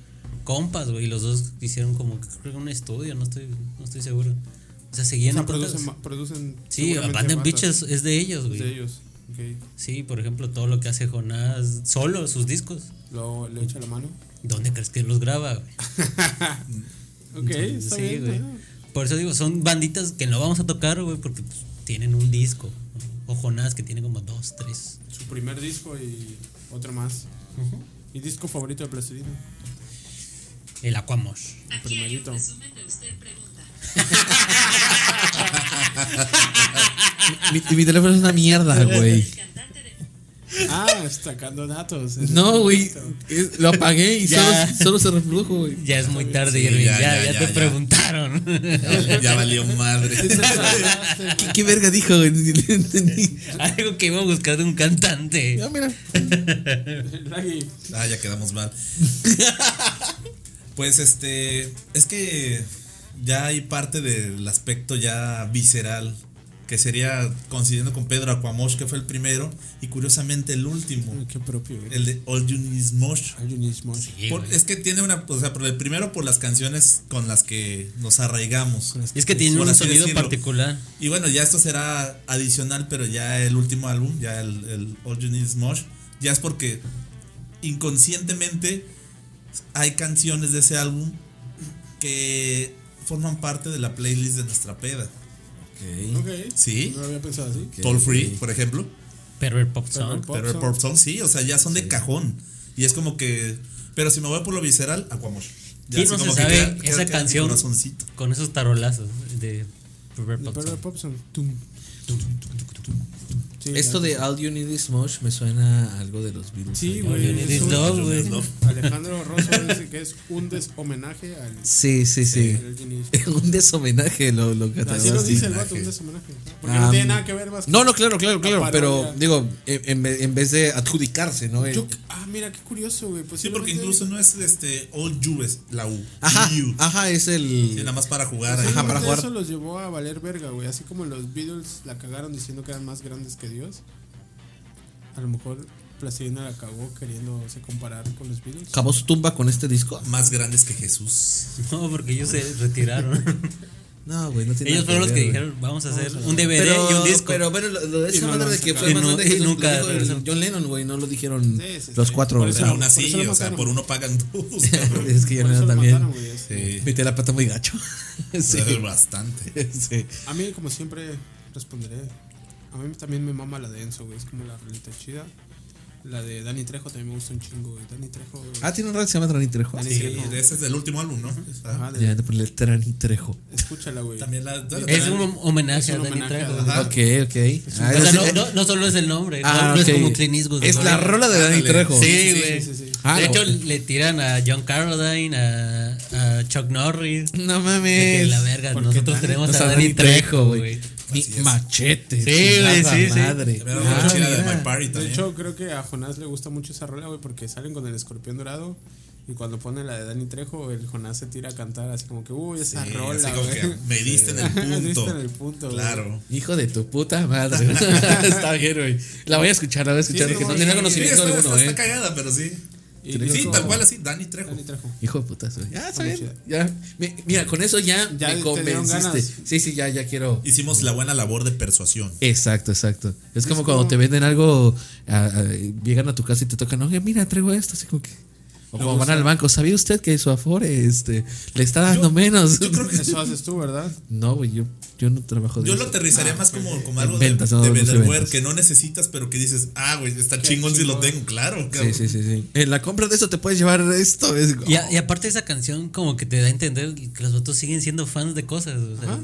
Speaker 6: compas, güey, y los dos hicieron como que creo que un estudio, no estoy, no estoy seguro. O sea,
Speaker 2: O
Speaker 6: seguían
Speaker 2: sea,
Speaker 6: en contacto.
Speaker 2: producen. ma- producen
Speaker 6: Sí,
Speaker 2: seguramente
Speaker 6: Abandon
Speaker 2: bandas
Speaker 6: Bitches es de ellos,
Speaker 2: De
Speaker 6: güey.
Speaker 2: ellos, ok.
Speaker 6: Sí, por ejemplo, todo lo que hace Jonás solo, sus discos.
Speaker 2: Lo, le echa la mano.
Speaker 6: ¿Dónde crees que los graba, güey?
Speaker 2: Ok,
Speaker 6: Entonces,
Speaker 2: está
Speaker 6: sí,
Speaker 2: bien.
Speaker 6: güey.
Speaker 2: ¿no?
Speaker 6: Por eso digo, son banditas que no vamos a tocar, güey, porque pues, tienen un disco. ¿no? O Jonás, que tiene como dos, tres.
Speaker 2: Su primer disco y otro más. ¿Y disco favorito de Plastilina?
Speaker 6: El Aquamosh.
Speaker 2: El primerito.
Speaker 3: Mi, mi teléfono es una mierda, güey.
Speaker 2: Ah, destacando datos.
Speaker 3: No, güey. es- Lo apagué y solo,
Speaker 6: Ya.
Speaker 3: solo se reprodujo, güey.
Speaker 6: Ya es muy tarde,
Speaker 8: Sí,
Speaker 6: Irving,
Speaker 8: ya,
Speaker 6: Ya,
Speaker 8: ya,
Speaker 6: ya
Speaker 8: ya,
Speaker 6: te
Speaker 8: ya.
Speaker 6: preguntaron.
Speaker 8: Ya, ya valió madre.
Speaker 3: ¿Qué, qué verga dijo, güey? Ni le entendí.
Speaker 6: Algo que iba a buscar de un cantante.
Speaker 3: Ya, mira.
Speaker 2: Lagui,
Speaker 8: Ah, ya quedamos mal. Pues este, es que ya hay parte del aspecto ya visceral, que sería coincidiendo con Pedro Aquamosh, que fue el primero, y curiosamente el último,
Speaker 2: Qué propio, güey.
Speaker 8: el de All You Need Is Mosh.
Speaker 2: Hay un ismo.
Speaker 6: Sí,
Speaker 8: Por-
Speaker 6: güey.
Speaker 8: es que tiene una, o sea, por el primero por las canciones con las que nos arraigamos.
Speaker 6: Y es que tiene
Speaker 8: Por
Speaker 6: un
Speaker 8: así
Speaker 6: sonido
Speaker 8: decirlo.
Speaker 6: particular.
Speaker 8: Y bueno, ya esto será adicional, pero ya el último álbum, ya el, el All You Need Is Mosh, ya es porque inconscientemente hay canciones de ese álbum que forman parte de la playlist de nuestra peda.
Speaker 2: Ok.
Speaker 8: Sí.
Speaker 2: No lo había pensado así.
Speaker 8: Toll Free, por ejemplo.
Speaker 6: Pervert Pop Song.
Speaker 2: Pop
Speaker 8: pero el
Speaker 2: Song.
Speaker 8: Pop Song sí, o sea, ya son de cajón. Y es como que. Pero si me voy por lo visceral, Aquamosh. Ya
Speaker 6: ¿Quién
Speaker 8: así
Speaker 6: no se
Speaker 8: como que
Speaker 6: sabe
Speaker 8: queda- queda-
Speaker 6: esa
Speaker 8: queda en mi
Speaker 6: canción?
Speaker 8: corazoncito.
Speaker 6: Con esos tarolazos de Pervert
Speaker 2: De
Speaker 6: Pop
Speaker 2: Perry
Speaker 6: Song.
Speaker 2: Popson. Tum. Sí,
Speaker 3: Esto
Speaker 2: ya.
Speaker 3: de All You Need Is Mosh me suena a algo de los Beatles.
Speaker 2: Sí,
Speaker 3: ¿no?
Speaker 2: güey.
Speaker 6: It
Speaker 2: es
Speaker 6: is
Speaker 2: un-
Speaker 6: love, güey.
Speaker 2: Alejandro Rosso dice que es un deshomenaje al.
Speaker 3: Sí, sí, sí.
Speaker 2: al Johnny Depp.
Speaker 3: Un deshomenaje lo, lo que
Speaker 2: Así lo dice el vato, un deshomenaje. Porque no tiene nada que ver más.
Speaker 3: No, no, claro, claro, claro.
Speaker 2: La
Speaker 3: Pero
Speaker 2: parodia.
Speaker 3: digo, e, en, en ve- en vez de adjudicarse, ¿no? El-
Speaker 2: Yo- ah, mira, qué curioso, güey.
Speaker 8: Sí, porque
Speaker 2: posiblemente-
Speaker 8: incluso no es este All You, es la U.
Speaker 3: ajá,
Speaker 8: You.
Speaker 3: ajá, es
Speaker 8: Pues Sí,
Speaker 3: el.
Speaker 8: nada más para jugar. ahí,
Speaker 3: Ajá, para
Speaker 8: güey.
Speaker 3: jugar.
Speaker 2: Eso los llevó a valer verga, güey. Así como los Beatles la cagaron diciendo que eran más grandes que Dios. A lo mejor Plastilina la cagó queriéndose comparar con los Beatles.
Speaker 3: Acabó su tumba con este disco.
Speaker 8: Más grandes que Jesús.
Speaker 6: No, porque ellos se retiraron.
Speaker 3: No, güey, no tiene
Speaker 6: Ellos
Speaker 3: nada
Speaker 6: fueron los que
Speaker 3: ver, güey.
Speaker 6: dijeron, vamos a hacer un DVD
Speaker 3: Pero,
Speaker 6: y un disco.
Speaker 3: pero bueno, lo, lo de esa
Speaker 2: no
Speaker 3: madre
Speaker 2: lo
Speaker 3: de que
Speaker 2: sacaron.
Speaker 3: fue
Speaker 6: Y
Speaker 3: más
Speaker 6: no-
Speaker 3: grande
Speaker 6: y
Speaker 3: que
Speaker 6: nunca
Speaker 3: nunca.
Speaker 6: regresaron.
Speaker 3: John Lennon, güey, no lo dijeron
Speaker 2: Sí, sí,
Speaker 3: los
Speaker 2: sí.
Speaker 3: cuatro.
Speaker 2: Por
Speaker 3: o
Speaker 8: Pero
Speaker 3: sea,
Speaker 8: aún así,
Speaker 2: eso lo
Speaker 8: o sea,
Speaker 2: mataron.
Speaker 8: por uno pagan dos. cabrón.
Speaker 3: es que yo
Speaker 2: Por eso
Speaker 3: no
Speaker 2: lo
Speaker 3: también.
Speaker 2: mataron, güey. Es-
Speaker 8: Sí,
Speaker 3: Metí la pata muy gacho. sí,
Speaker 8: Bastante.
Speaker 3: sí.
Speaker 2: A mí, como siempre, responderé. A mí también me mama la de Enzo, güey. Es como la rolita chida. La de Dani Trejo también me gusta un chingo, güey. Dani Trejo. güey.
Speaker 3: Ah, tiene un red que se llama Tranitrejo.
Speaker 8: Sí, de ese es del último álbum, ¿no?
Speaker 2: Ajá, de-
Speaker 3: Ya, de ponerle Tranitrejo.
Speaker 2: Escúchala, güey.
Speaker 8: También la.
Speaker 6: Es un homenaje
Speaker 2: Es
Speaker 6: a
Speaker 2: un
Speaker 6: Danny
Speaker 2: homenaje a
Speaker 6: Trejo.
Speaker 2: Danny
Speaker 8: Ajá.
Speaker 3: Ok, ok. Ah,
Speaker 6: O sea,
Speaker 3: es-
Speaker 6: no,
Speaker 3: eh,
Speaker 6: no, no solo es el nombre, no-
Speaker 3: ah,
Speaker 6: no, es
Speaker 3: ok.
Speaker 6: como Clint Eastwood.
Speaker 3: Es
Speaker 6: ¿no?
Speaker 3: la rola de Danny
Speaker 8: Ándale.
Speaker 3: Trejo.
Speaker 6: Sí,
Speaker 8: Sí,
Speaker 6: güey.
Speaker 2: sí, sí, sí.
Speaker 3: Ah,
Speaker 6: de
Speaker 3: no.
Speaker 6: hecho, le tiran a John Carradine, a, a Chuck Norris. De
Speaker 3: No
Speaker 6: que
Speaker 3: mames.
Speaker 6: la verga,
Speaker 2: porque
Speaker 6: nosotros
Speaker 2: Danny-
Speaker 6: tenemos
Speaker 3: O sea,
Speaker 6: a Danny Trejo, güey.
Speaker 3: Mi
Speaker 8: Así es.
Speaker 3: machete.
Speaker 6: Sí, güey,
Speaker 3: chingada
Speaker 6: sí, sí.
Speaker 3: madre.
Speaker 8: También
Speaker 3: Ah,
Speaker 8: la mochila de
Speaker 3: mira.
Speaker 8: My Party
Speaker 2: De
Speaker 8: también.
Speaker 2: hecho, creo que a Jonás le gusta mucho esa rola, güey, porque salen con el escorpión dorado. Y cuando pone la de Dani Trejo, el Jonás se tira a cantar así como que, uy, esa
Speaker 8: Sí,
Speaker 2: rola.
Speaker 8: así como
Speaker 2: güey".
Speaker 8: que me diste en el punto.
Speaker 2: Me diste en el punto, güey.
Speaker 8: Claro.
Speaker 3: Hijo de tu puta madre. Está bien, güey. La voy a escuchar, la voy a escuchar.
Speaker 2: Sí,
Speaker 3: que no
Speaker 2: no,
Speaker 3: tenía
Speaker 2: sí,
Speaker 3: conocimiento
Speaker 8: está,
Speaker 3: alguno,
Speaker 8: está- está
Speaker 3: eh.
Speaker 8: cagada, pero sí.
Speaker 2: Y
Speaker 8: Sí,
Speaker 2: dijo-
Speaker 8: tal cual así, Dani Trejo.
Speaker 2: Dani Trejo.
Speaker 3: Hijo de putas, güey. Ya, está
Speaker 2: muy
Speaker 3: bien. Ya. Mi- Mira, con eso ya,
Speaker 2: Ya
Speaker 3: me
Speaker 2: te dieron
Speaker 3: convenciste.
Speaker 2: ganas.
Speaker 3: Sí, sí, ya, ya quiero.
Speaker 8: Hicimos la buena labor de persuasión.
Speaker 3: Exacto, exacto. Es como cuando te venden algo, a- a- llegan a tu casa y te tocan, oye, mira, traigo esto, así como que. O cuando van al banco, ¿sabía usted que su Afore este, le está dando menos?
Speaker 8: Yo creo que
Speaker 2: Eso haces tú, ¿verdad?
Speaker 3: No, güey, yo, yo no trabajo de
Speaker 8: yo
Speaker 3: eso.
Speaker 8: lo aterrizaría más como, como algo
Speaker 3: ventas,
Speaker 8: de,
Speaker 3: no,
Speaker 8: de
Speaker 3: no sé
Speaker 8: vaporware
Speaker 3: ventas.
Speaker 8: que no necesitas, pero que dices, ah, güey, está chingón si lo tengo, claro.
Speaker 3: Sí,
Speaker 8: cabrón.
Speaker 3: sí, sí, sí. En la compra de eso te puedes llevar esto. es-
Speaker 6: Y, a- y aparte esa canción como que te da a entender que los vatos siguen siendo fans de cosas. O sea,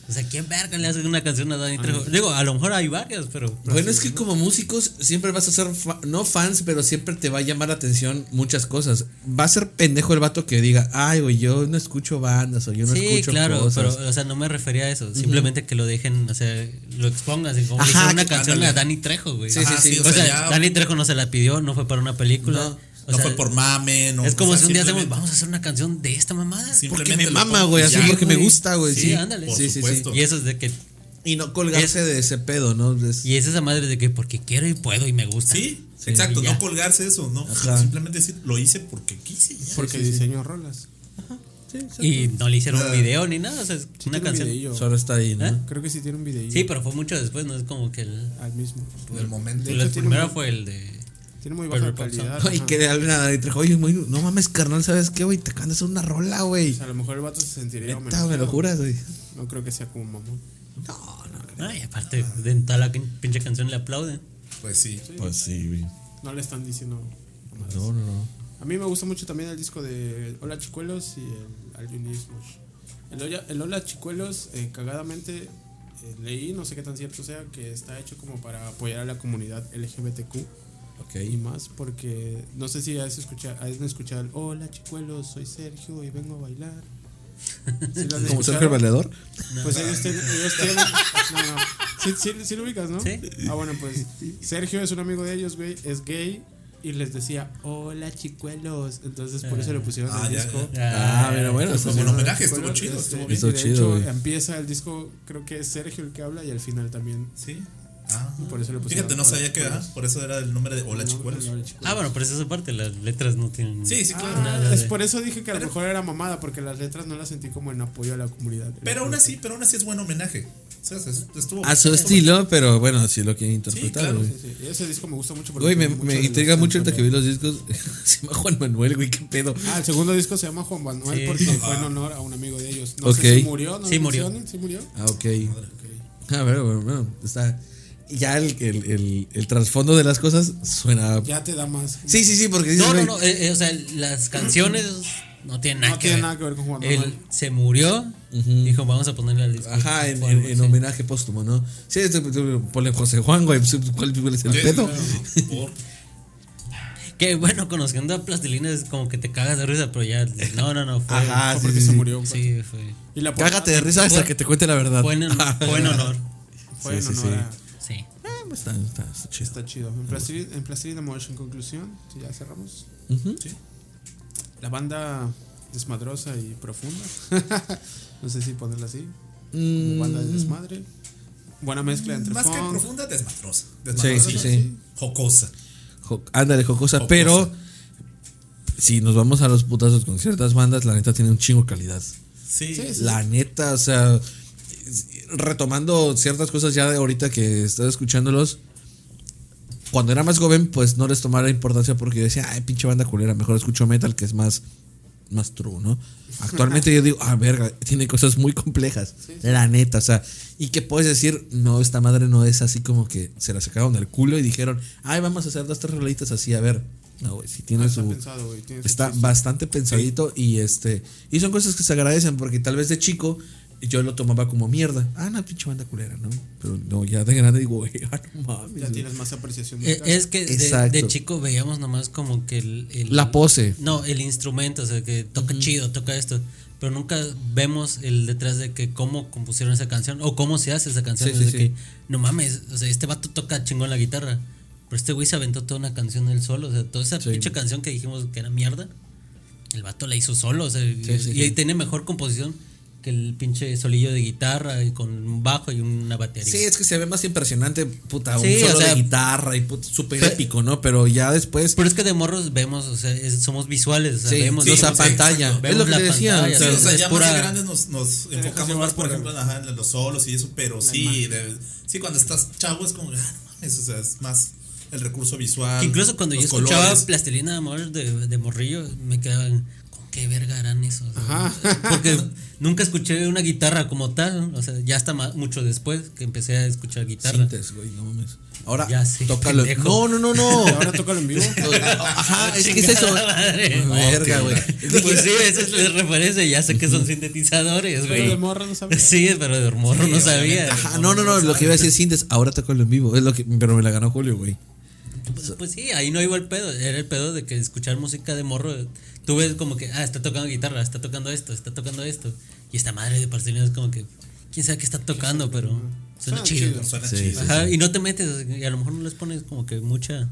Speaker 6: o sea, ¿quién verga le hace una canción a Dani Trejo? Digo, a lo mejor hay varias, pero...
Speaker 3: Bueno, es que como músicos siempre vas a ser, fa- no fans, pero siempre te va a llamar la atención muchas cosas. Va a ser pendejo el vato que diga, ay, güey, yo no escucho bandas o yo no
Speaker 6: sí,
Speaker 3: escucho
Speaker 6: claro,
Speaker 3: cosas.
Speaker 6: pero o sea, no me refería a eso. Simplemente que lo dejen, o sea, lo expongas. Como
Speaker 3: Ajá,
Speaker 6: le hicieron una
Speaker 3: que-
Speaker 6: canción
Speaker 8: ándale.
Speaker 6: a Dani Trejo, güey.
Speaker 8: Sí, sí,
Speaker 6: Ajá,
Speaker 8: sí, o
Speaker 6: O,
Speaker 8: sea,
Speaker 6: sea,
Speaker 8: ya-
Speaker 6: Dani Trejo no se la pidió, no fue para una película.
Speaker 3: No,
Speaker 6: o
Speaker 8: no
Speaker 6: sea,
Speaker 8: fue por mame, no.
Speaker 6: Es como
Speaker 8: o sea,
Speaker 6: si un día hacemos,
Speaker 8: simplemente-
Speaker 6: vamos a hacer una canción de esta mamada.
Speaker 8: simplemente
Speaker 3: porque me
Speaker 8: lo
Speaker 3: mama,
Speaker 8: pongo
Speaker 3: güey,
Speaker 8: y
Speaker 3: así
Speaker 8: ya.
Speaker 3: porque me gusta, güey.
Speaker 6: Sí,
Speaker 3: Sí,
Speaker 6: ándale.
Speaker 8: Por
Speaker 3: Sí, sí, sí.
Speaker 8: supuesto.
Speaker 6: Y eso es de que
Speaker 3: Y no colgarse de ese pedo, ¿no? Es-
Speaker 6: Y es esa madre de que porque quiero y puedo y me gusta.
Speaker 8: Sí, exacto,
Speaker 6: y ya.
Speaker 8: no colgarse eso, ¿no? Pues
Speaker 3: Ajá.
Speaker 8: Simplemente decir, lo hice porque quise. y ya.
Speaker 2: Porque diseñó rolas.
Speaker 6: Y no le hicieron un video ni nada, o sea, es
Speaker 2: Sí
Speaker 6: una
Speaker 2: tiene
Speaker 6: canción.
Speaker 2: un videillo.
Speaker 3: Solo está ahí, ¿no?
Speaker 6: ¿Eh?
Speaker 2: Creo que sí tiene un videillo.
Speaker 6: Sí, pero fue mucho después, no es como que el,
Speaker 8: pues.
Speaker 2: Al mismo.
Speaker 8: Del momento.
Speaker 6: el
Speaker 2: hecho, tiene
Speaker 6: primero
Speaker 2: un-
Speaker 6: fue el de
Speaker 2: Tiene muy
Speaker 6: Pero
Speaker 2: baja
Speaker 6: Pop Song.
Speaker 2: calidad.
Speaker 3: Y
Speaker 2: ajá.
Speaker 3: que alguien a Dani Trejo, oye, muy- no mames, carnal, ¿sabes qué, güey? Te cantas una rola,
Speaker 2: O
Speaker 3: güey.
Speaker 2: sea, a lo mejor el vato se sentiría
Speaker 3: Neta, me lo
Speaker 2: homenajeado.
Speaker 3: juras, güey.
Speaker 2: No creo que sea como mamón.
Speaker 6: Ay, aparte de en toda la quin- pinche canción le aplauden.
Speaker 8: Pues sí.
Speaker 3: Pues sí, güey.
Speaker 2: No le están diciendo. mamadas.
Speaker 3: No, no, no.
Speaker 2: A mí me gusta mucho también el disco de Hola Chicuelos y el Alvin Is Bush. El, Hola- el Hola Chicuelos, eh, cagadamente eh, leí, no sé qué tan cierto sea, que está hecho como para apoyar a la comunidad LGBTQ y
Speaker 3: Ok.
Speaker 2: más, porque no sé si has escuchado, has escuchado el Hola Chicuelos, soy Sergio y vengo a bailar. ¿Sí lo han
Speaker 3: ¿Como
Speaker 2: escuchado?
Speaker 3: Sergio el Valedor?
Speaker 2: Pues ellos tienen. ellos tienen- no, no. Sí, sí- sí lo ubicas, ¿no?
Speaker 6: Sí.
Speaker 2: Ah, bueno, pues Sergio es un amigo de ellos, güey. Es gay. Y les decía, hola chicuelos. Entonces por eso lo pusieron en
Speaker 8: Ah,
Speaker 2: el
Speaker 8: ya,
Speaker 2: disco.
Speaker 3: Ah, pero bueno,
Speaker 2: pues,
Speaker 3: eso
Speaker 8: Como
Speaker 3: sí.
Speaker 8: un homenaje, estuvo
Speaker 2: Chicuelos,
Speaker 8: chido,
Speaker 2: este,
Speaker 8: estuvo
Speaker 2: y
Speaker 8: bien.
Speaker 3: Estuvo
Speaker 2: de
Speaker 3: chido,
Speaker 2: hecho,
Speaker 3: güey.
Speaker 2: empieza el disco, creo que es Sergio el que habla y al final también.
Speaker 8: Sí. Ah,
Speaker 2: Por eso lo pusieron.
Speaker 8: Fíjate, no
Speaker 2: Hola,
Speaker 8: sabía que
Speaker 2: Chicuelos.
Speaker 8: ah, por eso era el nombre de Hola
Speaker 2: No,
Speaker 8: Chicuelos.
Speaker 2: hola, Chicuelos.
Speaker 6: Ah, bueno, pero es esa parte, las letras no tienen.
Speaker 8: Sí, sí, claro.
Speaker 2: Ah,
Speaker 6: nada
Speaker 2: es
Speaker 6: de-
Speaker 2: por eso dije que a lo mejor era mamada, porque las letras no las sentí como en apoyo a la comunidad.
Speaker 8: Pero aún así, pero aún así es buen homenaje. O sea, es- estuvo.
Speaker 3: A su estilo, pero bueno, si lo quieren interpretar,
Speaker 8: claro,
Speaker 3: güey.
Speaker 2: Sí, sí, Ese disco me gusta mucho. porque
Speaker 3: Güey, me,
Speaker 2: tiene mucho
Speaker 3: me
Speaker 2: de los
Speaker 3: intriga mucho ahorita
Speaker 2: Santos,
Speaker 3: que vi los discos. Se llama Juan Manuel, güey, qué pedo.
Speaker 2: Ah, el segundo disco se llama Juan Manuel
Speaker 6: Sí.
Speaker 2: porque fue en honor a un amigo de ellos. No
Speaker 3: Ok.
Speaker 2: sé si murió, no
Speaker 6: Sí
Speaker 2: lo
Speaker 6: murió.
Speaker 2: mencionan, sí murió.
Speaker 3: Ah, ok. Ah, bueno, bueno, bueno, está. Ya el, el, el, el trasfondo de las cosas suena.
Speaker 2: Ya te da más.
Speaker 3: Sí, sí, sí, porque dices,
Speaker 6: No, no,
Speaker 3: güey,
Speaker 6: no, eh, eh, o sea, las canciones no tienen nada
Speaker 2: No
Speaker 6: que
Speaker 2: tiene
Speaker 6: ver.
Speaker 2: nada que ver con Juan
Speaker 6: Él
Speaker 2: Manuel.
Speaker 6: se murió, dijo, vamos a ponerle al disco.
Speaker 3: Ajá, en,
Speaker 6: Juan,
Speaker 3: en- en
Speaker 6: sí.
Speaker 3: homenaje póstumo, ¿no? Sí, este, este, ponle José Juan, güey. pues, ¿Cuál, cuál es el
Speaker 8: Sí,
Speaker 3: pedo?
Speaker 8: por-
Speaker 6: Que bueno, conociendo a Plastilina es como que te cagas de risa, pero ya. No, no, no. Fue,
Speaker 3: Ajá,
Speaker 6: fue
Speaker 3: sí,
Speaker 6: porque
Speaker 3: sí,
Speaker 6: se
Speaker 3: sí.
Speaker 6: murió. Sí, fue.
Speaker 2: Y la portada
Speaker 3: Cágate de risa hasta
Speaker 6: Fue-
Speaker 3: que te cuente la verdad.
Speaker 6: Fue en, fue en honor.
Speaker 2: Fue
Speaker 3: Sí,
Speaker 2: en
Speaker 3: sí,
Speaker 2: honor
Speaker 3: sí.
Speaker 2: a.
Speaker 6: Sí.
Speaker 3: Ah, pues, está, está, está chido.
Speaker 2: Está chido. En Plastilina, en Plastilina Mosh, en conclusión, si ya cerramos. La banda desmadrosa y profunda. no sé si ponerla así. Como banda de desmadre. Buena mezcla entre
Speaker 8: Más que
Speaker 2: funk.
Speaker 8: profunda, desmadrosa.
Speaker 3: Sí,
Speaker 8: Desmadrosa,
Speaker 3: sí, sí.
Speaker 8: Jocosa.
Speaker 3: Jo- Ándale, jocosa,
Speaker 8: Jocosa.
Speaker 3: pero si nos vamos a los putazos con ciertas bandas, la neta tiene un chingo de calidad.
Speaker 8: Sí.
Speaker 3: La neta, o sea, retomando ciertas cosas ya de ahorita que estás escuchándolos, cuando era más joven, pues no les tomaba importancia porque decía, ay, pinche banda culera, mejor escucho metal que es más, más true, ¿no? Actualmente yo digo, ah, verga, tiene cosas muy complejas, la neta, o sea, y que puedes decir, no, esta madre no es así como que se la sacaron del culo y dijeron, ay, vamos a hacer dos, tres roladitas así, a ver. No, güey, si
Speaker 8: Ah,
Speaker 3: tiene
Speaker 2: Está
Speaker 3: su,
Speaker 2: pensado, güey. tiene su
Speaker 3: Está
Speaker 2: chiste.
Speaker 3: bastante pensadito y este y son cosas que se agradecen porque tal vez de chico yo lo tomaba como mierda. Ah, no, pinche banda culera, ¿no? Pero no, ya de grande digo, "Güey, ah, no mames.
Speaker 2: Ya
Speaker 3: güey".
Speaker 2: tienes más apreciación.
Speaker 6: Eh,
Speaker 2: musical.
Speaker 6: Es que de- de,
Speaker 3: Exacto.
Speaker 6: chico veíamos nomás como que el, el-
Speaker 3: La pose.
Speaker 6: No, el instrumento, o sea, que toca chido, toca esto. Pero nunca vemos el detrás de que cómo compusieron esa canción o cómo se hace esa canción.
Speaker 3: Sí,
Speaker 6: o
Speaker 3: sí,
Speaker 6: sea,
Speaker 3: sí.
Speaker 6: que no mames, o sea, este vato toca chingón la guitarra. Pero este güey se aventó toda una canción él solo. O sea, toda esa pinche canción que dijimos que era mierda, el vato la hizo solo. O sea, y,
Speaker 3: sí,
Speaker 6: y
Speaker 3: sí.
Speaker 6: tiene mejor composición que el pinche solillo de guitarra y con un bajo y una batería.
Speaker 3: Sí, es que se ve más impresionante, puta,
Speaker 6: Sí,
Speaker 3: un solo
Speaker 6: o sea,
Speaker 3: de guitarra y puta, súper
Speaker 6: pero-
Speaker 3: épico, ¿no? Pero ya después
Speaker 6: Pero es que de morros vemos, o sea, es- somos visuales, o sea,
Speaker 3: Sí,
Speaker 6: vemos
Speaker 3: sí,
Speaker 6: o sea,
Speaker 3: sí, pantalla.
Speaker 6: exacto.
Speaker 3: Es lo que
Speaker 6: la
Speaker 3: te decía,
Speaker 6: pantalla,
Speaker 3: o sea,
Speaker 8: Sí, o sea,
Speaker 6: es
Speaker 8: ya
Speaker 6: pura-
Speaker 8: más de grandes nos, nos enfocamos más, por ejemplo, en, ajá, en los solos y eso, pero sí, de- sí, cuando estás chavo es como, ah, no mames, o sea, es más el recurso visual.
Speaker 6: que incluso cuando yo
Speaker 8: los
Speaker 6: escuchaba
Speaker 8: colores.
Speaker 6: plastilina de amor de, de morrillo, me quedaban, ¿con qué verga harán eso? O sea, Porque nunca escuché una guitarra como tal, o sea, ya hasta ma- mucho después que empecé a escuchar guitarra.
Speaker 3: Sintes, güey, no mames. Ahora,
Speaker 6: Ya sé,
Speaker 3: tócalo.
Speaker 6: pendejo.
Speaker 3: No, no, no, no.
Speaker 2: Ahora tócalo en vivo.
Speaker 3: Ajá, Ah, es que es eso.
Speaker 6: Chingada Ah, madre.
Speaker 3: Verga, güey.
Speaker 6: Pues sí, esa es la referencia, ya sé que son sintetizadores,
Speaker 2: Pero de
Speaker 6: güey.
Speaker 2: morra no sabía.
Speaker 6: Sí, pero de morro no sabía.
Speaker 3: Ajá, no, no, no, lo que iba a decir es Sintes, ahora tócalo en vivo. Es lo que, pero me la ganó Julio, güey.
Speaker 6: Pues, pues sí, ahí no iba el pedo. Era el pedo de que escuchar música de morro. Tú ves como que, ah, está tocando guitarra, está tocando esto, está tocando esto. Y esta madre de Parcelino es como que, quién sabe qué está tocando, pero suena
Speaker 2: Suena
Speaker 6: chido.
Speaker 2: chido.
Speaker 8: Suena
Speaker 3: Ah, Sí,
Speaker 8: chido.
Speaker 6: Ajá, y no te metes, y a lo mejor no les pones como que mucha.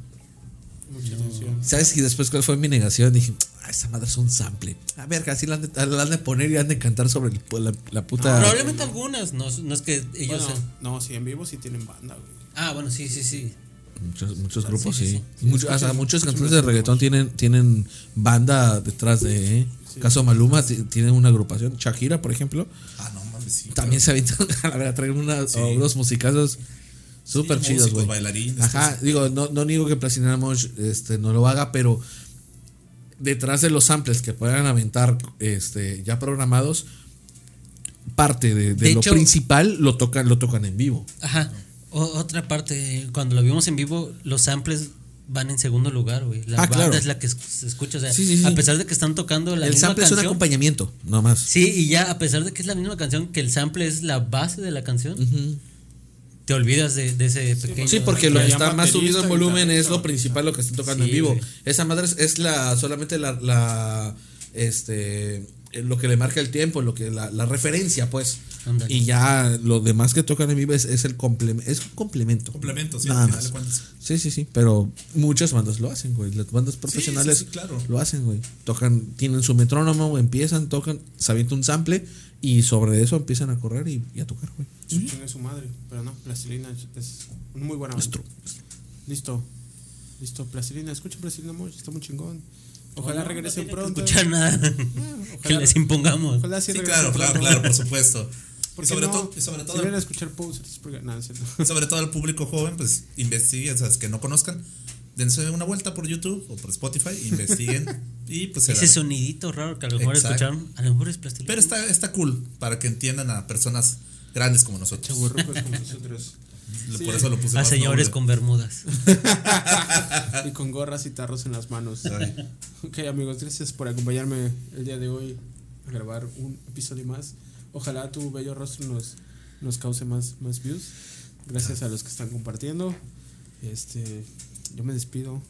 Speaker 2: Mucha atención.
Speaker 3: ¿Sabes? Y después, ¿cuál fue mi negación? Dije, ah, esa madre es un sample. A ver, así la han de, ah, la han de poner y han de cantar sobre el- pues, la, la puta.
Speaker 6: Probablemente algunas, no, no es que ellos.
Speaker 2: Bueno,
Speaker 6: sean-
Speaker 2: no, sí, en vivo sí tienen banda, güey.
Speaker 6: Ah, bueno, sí, sí, sí.
Speaker 3: Muchos, muchos grupos,
Speaker 6: sí,
Speaker 3: Ah, sí.
Speaker 6: sí.
Speaker 3: Mucho- hasta muchos cantantes de reggaetón tienen, tienen banda detrás de. ¿eh? Caso Maluma ti- tiene una agrupación. Shakira, por ejemplo.
Speaker 8: Ah, no mames, sí.
Speaker 3: También se avientan a la verdad, traer una,
Speaker 8: Sí.
Speaker 3: unos musicazos súper
Speaker 8: Sí,
Speaker 3: chidos,
Speaker 8: músicos,
Speaker 3: güey.
Speaker 8: bailarines,
Speaker 3: Ajá, digo, no, no digo que Plastilina Mosh este, no lo haga, pero detrás de los samples que puedan aventar este, ya programados, parte de, de
Speaker 6: De
Speaker 3: lo
Speaker 6: hecho-
Speaker 3: principal lo tocan, lo tocan en vivo.
Speaker 6: Ajá. O- otra parte, cuando lo vimos en vivo, los samples van en segundo lugar, güey. La
Speaker 3: Ah,
Speaker 6: banda
Speaker 3: claro.
Speaker 6: es la que es- se escucha. O sea,
Speaker 3: Sí, sí, sí.
Speaker 6: a pesar de que están tocando la
Speaker 3: El
Speaker 6: misma
Speaker 3: sample es un
Speaker 6: canción,
Speaker 3: acompañamiento, no más.
Speaker 6: Sí, y ya a pesar de que es la misma canción, que el sample es la base de la canción, te olvidas de, de ese pequeño.
Speaker 3: Sí, porque lo que
Speaker 2: ya
Speaker 3: está más
Speaker 2: baterista,
Speaker 3: subido en volumen es
Speaker 2: guitarrista,
Speaker 3: lo principal, lo que están tocando
Speaker 6: Sí,
Speaker 3: en vivo.
Speaker 6: güey.
Speaker 3: Esa madre es, es la solamente la, la, este eh, lo que le marca el tiempo, lo que la, la referencia, pues.
Speaker 6: Ándale.
Speaker 3: Y ya lo demás que tocan en vivo es, es el complemento, es un complemento.
Speaker 8: Complemento, sí,
Speaker 3: Nada
Speaker 8: al final
Speaker 3: más.
Speaker 8: de cuentas.
Speaker 3: Sí, sí, sí, pero muchas bandas lo hacen, güey. Las bandas profesionales
Speaker 8: sí, sí, claro.
Speaker 3: lo hacen, güey. Tocan, tienen su metrónomo, güey, empiezan, tocan, se avienta un sample y sobre eso empiezan a correr y, y a tocar, güey.
Speaker 2: Tiene su madre, pero no, Plastilina es una muy buena banda. Listo. Listo, Plastilina. Escuchen Plastilina Mosh, está muy chingón. Ojalá regresen pronto.
Speaker 6: escuchar nada que les impongamos.
Speaker 2: Ojalá Ah, sí,
Speaker 8: Sí,
Speaker 2: regresen
Speaker 8: claro, claro,
Speaker 2: pronto.
Speaker 8: claro, por supuesto. Y
Speaker 2: Porque
Speaker 8: sobre,
Speaker 2: no,
Speaker 8: todo, y sobre todo
Speaker 2: Si vienen a escuchar Posers, es porque. Nada, es cierto.
Speaker 8: sobre todo al público joven, pues investiguen, o sea, que no conozcan, dense una vuelta por YouTube o por Spotify, investiguen y pues se
Speaker 6: Ese
Speaker 8: dan.
Speaker 6: sonidito raro que a lo mejor
Speaker 8: Exacto.
Speaker 6: escucharon, a lo mejor es plastilina.
Speaker 8: Pero está, está cool para que entiendan a personas grandes como nosotros.
Speaker 2: Chavorrucos como nosotros.
Speaker 8: Lo- Por eso lo puse
Speaker 6: a
Speaker 8: más
Speaker 6: señores
Speaker 8: noble.
Speaker 6: con bermudas.
Speaker 2: Y con gorras y tarros en las manos.
Speaker 8: Ah, Ay.
Speaker 2: Ok, amigos, gracias por acompañarme el día de hoy a grabar un episodio más. Ojalá tu bello rostro nos, nos cause más, más views. Gracias a los que están compartiendo. Este, yo me despido.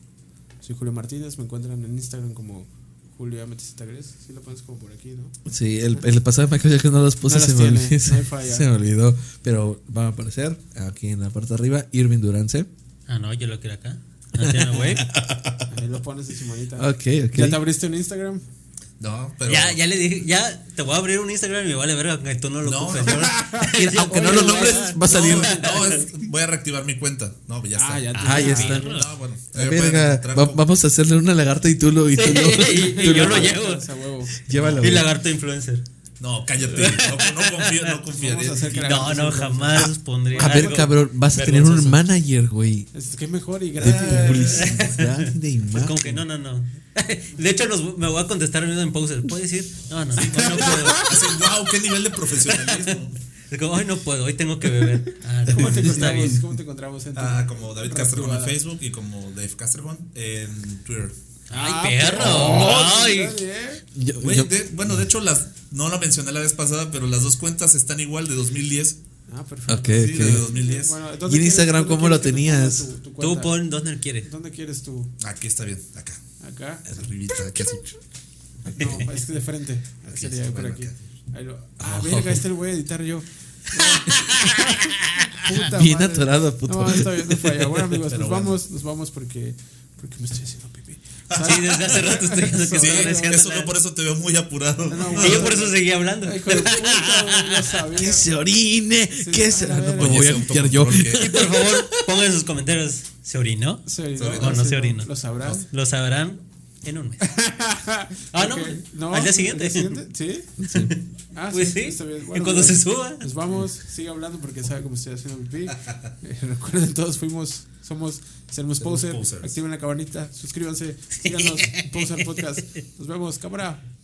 Speaker 2: Soy Julio Martínez. Me encuentran en Instagram como Julio MTZ Gres. Sí lo pones como por aquí, ¿no?
Speaker 3: Sí, el, el pasado de Michael Jackson no los puse,
Speaker 2: No las
Speaker 3: se, me
Speaker 2: tiene,
Speaker 3: olvidó,
Speaker 2: no hay falla.
Speaker 3: se me olvidó. Pero va a aparecer aquí en la parte de arriba Irving Durance.
Speaker 6: Ah, no, yo lo quiero acá. No tiene güey.
Speaker 2: Ahí lo pones en su manita.
Speaker 3: Ok, ok.
Speaker 2: Ah. ¿Ya te abriste un Instagram?
Speaker 8: No, pero.
Speaker 6: Ya, ya le dije, ya te voy a abrir un Instagram y me vale verga que tú no lo
Speaker 8: No,
Speaker 6: ocupes.
Speaker 8: no.
Speaker 3: Mira, aunque no lo
Speaker 6: Oye,
Speaker 3: nombres,
Speaker 6: güey,
Speaker 3: va a salir.
Speaker 8: pues, No, no, es- voy a reactivar mi cuenta. No, pues ya está.
Speaker 2: Ah, ya te-
Speaker 3: Ah, ya está.
Speaker 8: No, bueno.
Speaker 3: Ah,
Speaker 8: ahí pueden
Speaker 3: verga,
Speaker 8: encontrar
Speaker 3: va-
Speaker 8: como-
Speaker 3: vamos a hacerle una lagarta y tú lo. Y tú lo-
Speaker 6: Y- y
Speaker 3: tú lo-
Speaker 6: yo lo llevo.
Speaker 2: Esa huevo.
Speaker 3: Llévalo.
Speaker 6: Y
Speaker 3: güey.
Speaker 6: lagarto influencer.
Speaker 8: No, cállate. No, no confío, no
Speaker 2: Vamos
Speaker 8: confiaré.
Speaker 2: a hacer que la
Speaker 6: No,
Speaker 2: gente
Speaker 6: no,
Speaker 2: se-
Speaker 6: jamás pondría.
Speaker 3: A ver,
Speaker 6: algo
Speaker 3: cabrón, vas a tener un
Speaker 6: vergonzoso.
Speaker 3: manager, güey.
Speaker 2: Es que mejor y
Speaker 3: De
Speaker 2: gratis.
Speaker 3: publicidad y de
Speaker 6: Es
Speaker 2: Ah,
Speaker 3: imagen.
Speaker 6: Pues como que no, no, no. De hecho, nos- me voy a contestar mismo en pausa. ¿Puedes ir? No, no, hoy no puedo.
Speaker 8: Así, wow, qué nivel de profesionalismo.
Speaker 6: Es como, hoy no puedo, hoy tengo que beber. Ah, no,
Speaker 2: ¿Cómo te
Speaker 6: está
Speaker 2: encontramos?
Speaker 6: bien.
Speaker 2: ¿Cómo te encontramos en tu-
Speaker 8: Ah, como David Castrejón en
Speaker 2: Reactivada.
Speaker 8: Facebook y como Dave Castrejón en Twitter.
Speaker 2: Ah,
Speaker 6: Ay, perro.
Speaker 2: perro.
Speaker 6: Ay.
Speaker 2: Está bien.
Speaker 3: Yo-
Speaker 8: Güey,
Speaker 3: yo-
Speaker 8: de- bueno, de hecho, las no lo mencioné la vez pasada, pero las dos cuentas están igual de 2010.
Speaker 2: Ah, perfecto.
Speaker 3: ok,
Speaker 8: Sí, de
Speaker 3: ok.
Speaker 8: 2010.
Speaker 2: entonces,
Speaker 3: ¿Y en
Speaker 2: ¿quieres-
Speaker 3: Instagram
Speaker 2: dónde
Speaker 3: cómo lo
Speaker 2: quieres que te
Speaker 3: tenías?
Speaker 2: ponga tu- tu
Speaker 6: Tú
Speaker 2: cuenta?
Speaker 6: pon donde quieres.
Speaker 2: ¿Dónde quieres tú?
Speaker 8: Aquí está bien, acá.
Speaker 2: ¿Acá?
Speaker 8: Arribita, aquí así.
Speaker 2: No, es que de frente.
Speaker 8: Aquí
Speaker 2: Sería
Speaker 8: está,
Speaker 2: por
Speaker 8: bueno,
Speaker 2: aquí.
Speaker 8: acá.
Speaker 2: Ahí lo-
Speaker 6: Oh.
Speaker 2: Ah, verga, este lo voy a editar yo. Puta
Speaker 3: Bien
Speaker 2: madre.
Speaker 3: atorado, puto.
Speaker 2: No, está bien, no falla. Bueno, amigos,
Speaker 8: Pero
Speaker 2: nos
Speaker 8: bueno.
Speaker 2: vamos, nos vamos porque, porque me estoy haciendo pipí.
Speaker 6: Ah, Sí, desde hace rato estoy viendo que
Speaker 8: Sí,
Speaker 6: estaban haciendo
Speaker 8: eso
Speaker 6: la-
Speaker 8: no, por eso te veo muy apurado.
Speaker 6: Y yo por eso seguí hablando.
Speaker 2: Hijo de puta, no sabía.
Speaker 3: Que se orine, que se.
Speaker 2: a la
Speaker 3: No me
Speaker 2: verga.
Speaker 3: voy a
Speaker 8: Oye, ese
Speaker 3: limpiar yo.
Speaker 8: autocontrol
Speaker 6: Y por favor, pongan en sus comentarios, ¿se orinó?
Speaker 2: Se orinó.
Speaker 6: ¿O no se orinó?
Speaker 2: Lo sabrás.
Speaker 6: Lo sabrán en un mes. Ah, no.
Speaker 2: Ok.
Speaker 6: ¿Al día siguiente?
Speaker 2: Sí. Ah,
Speaker 6: Pues sí,
Speaker 2: está bien.
Speaker 6: en cuando
Speaker 2: pues,
Speaker 6: se suba.
Speaker 2: Pues vamos, sigue hablando porque sabe cómo estoy haciendo pipí. Eh, recuerden, todos fuimos, somos, sermos poser.
Speaker 8: posers.
Speaker 2: Activen la cabanita, suscríbanse, síganos, poser podcast. Nos vemos, cámara.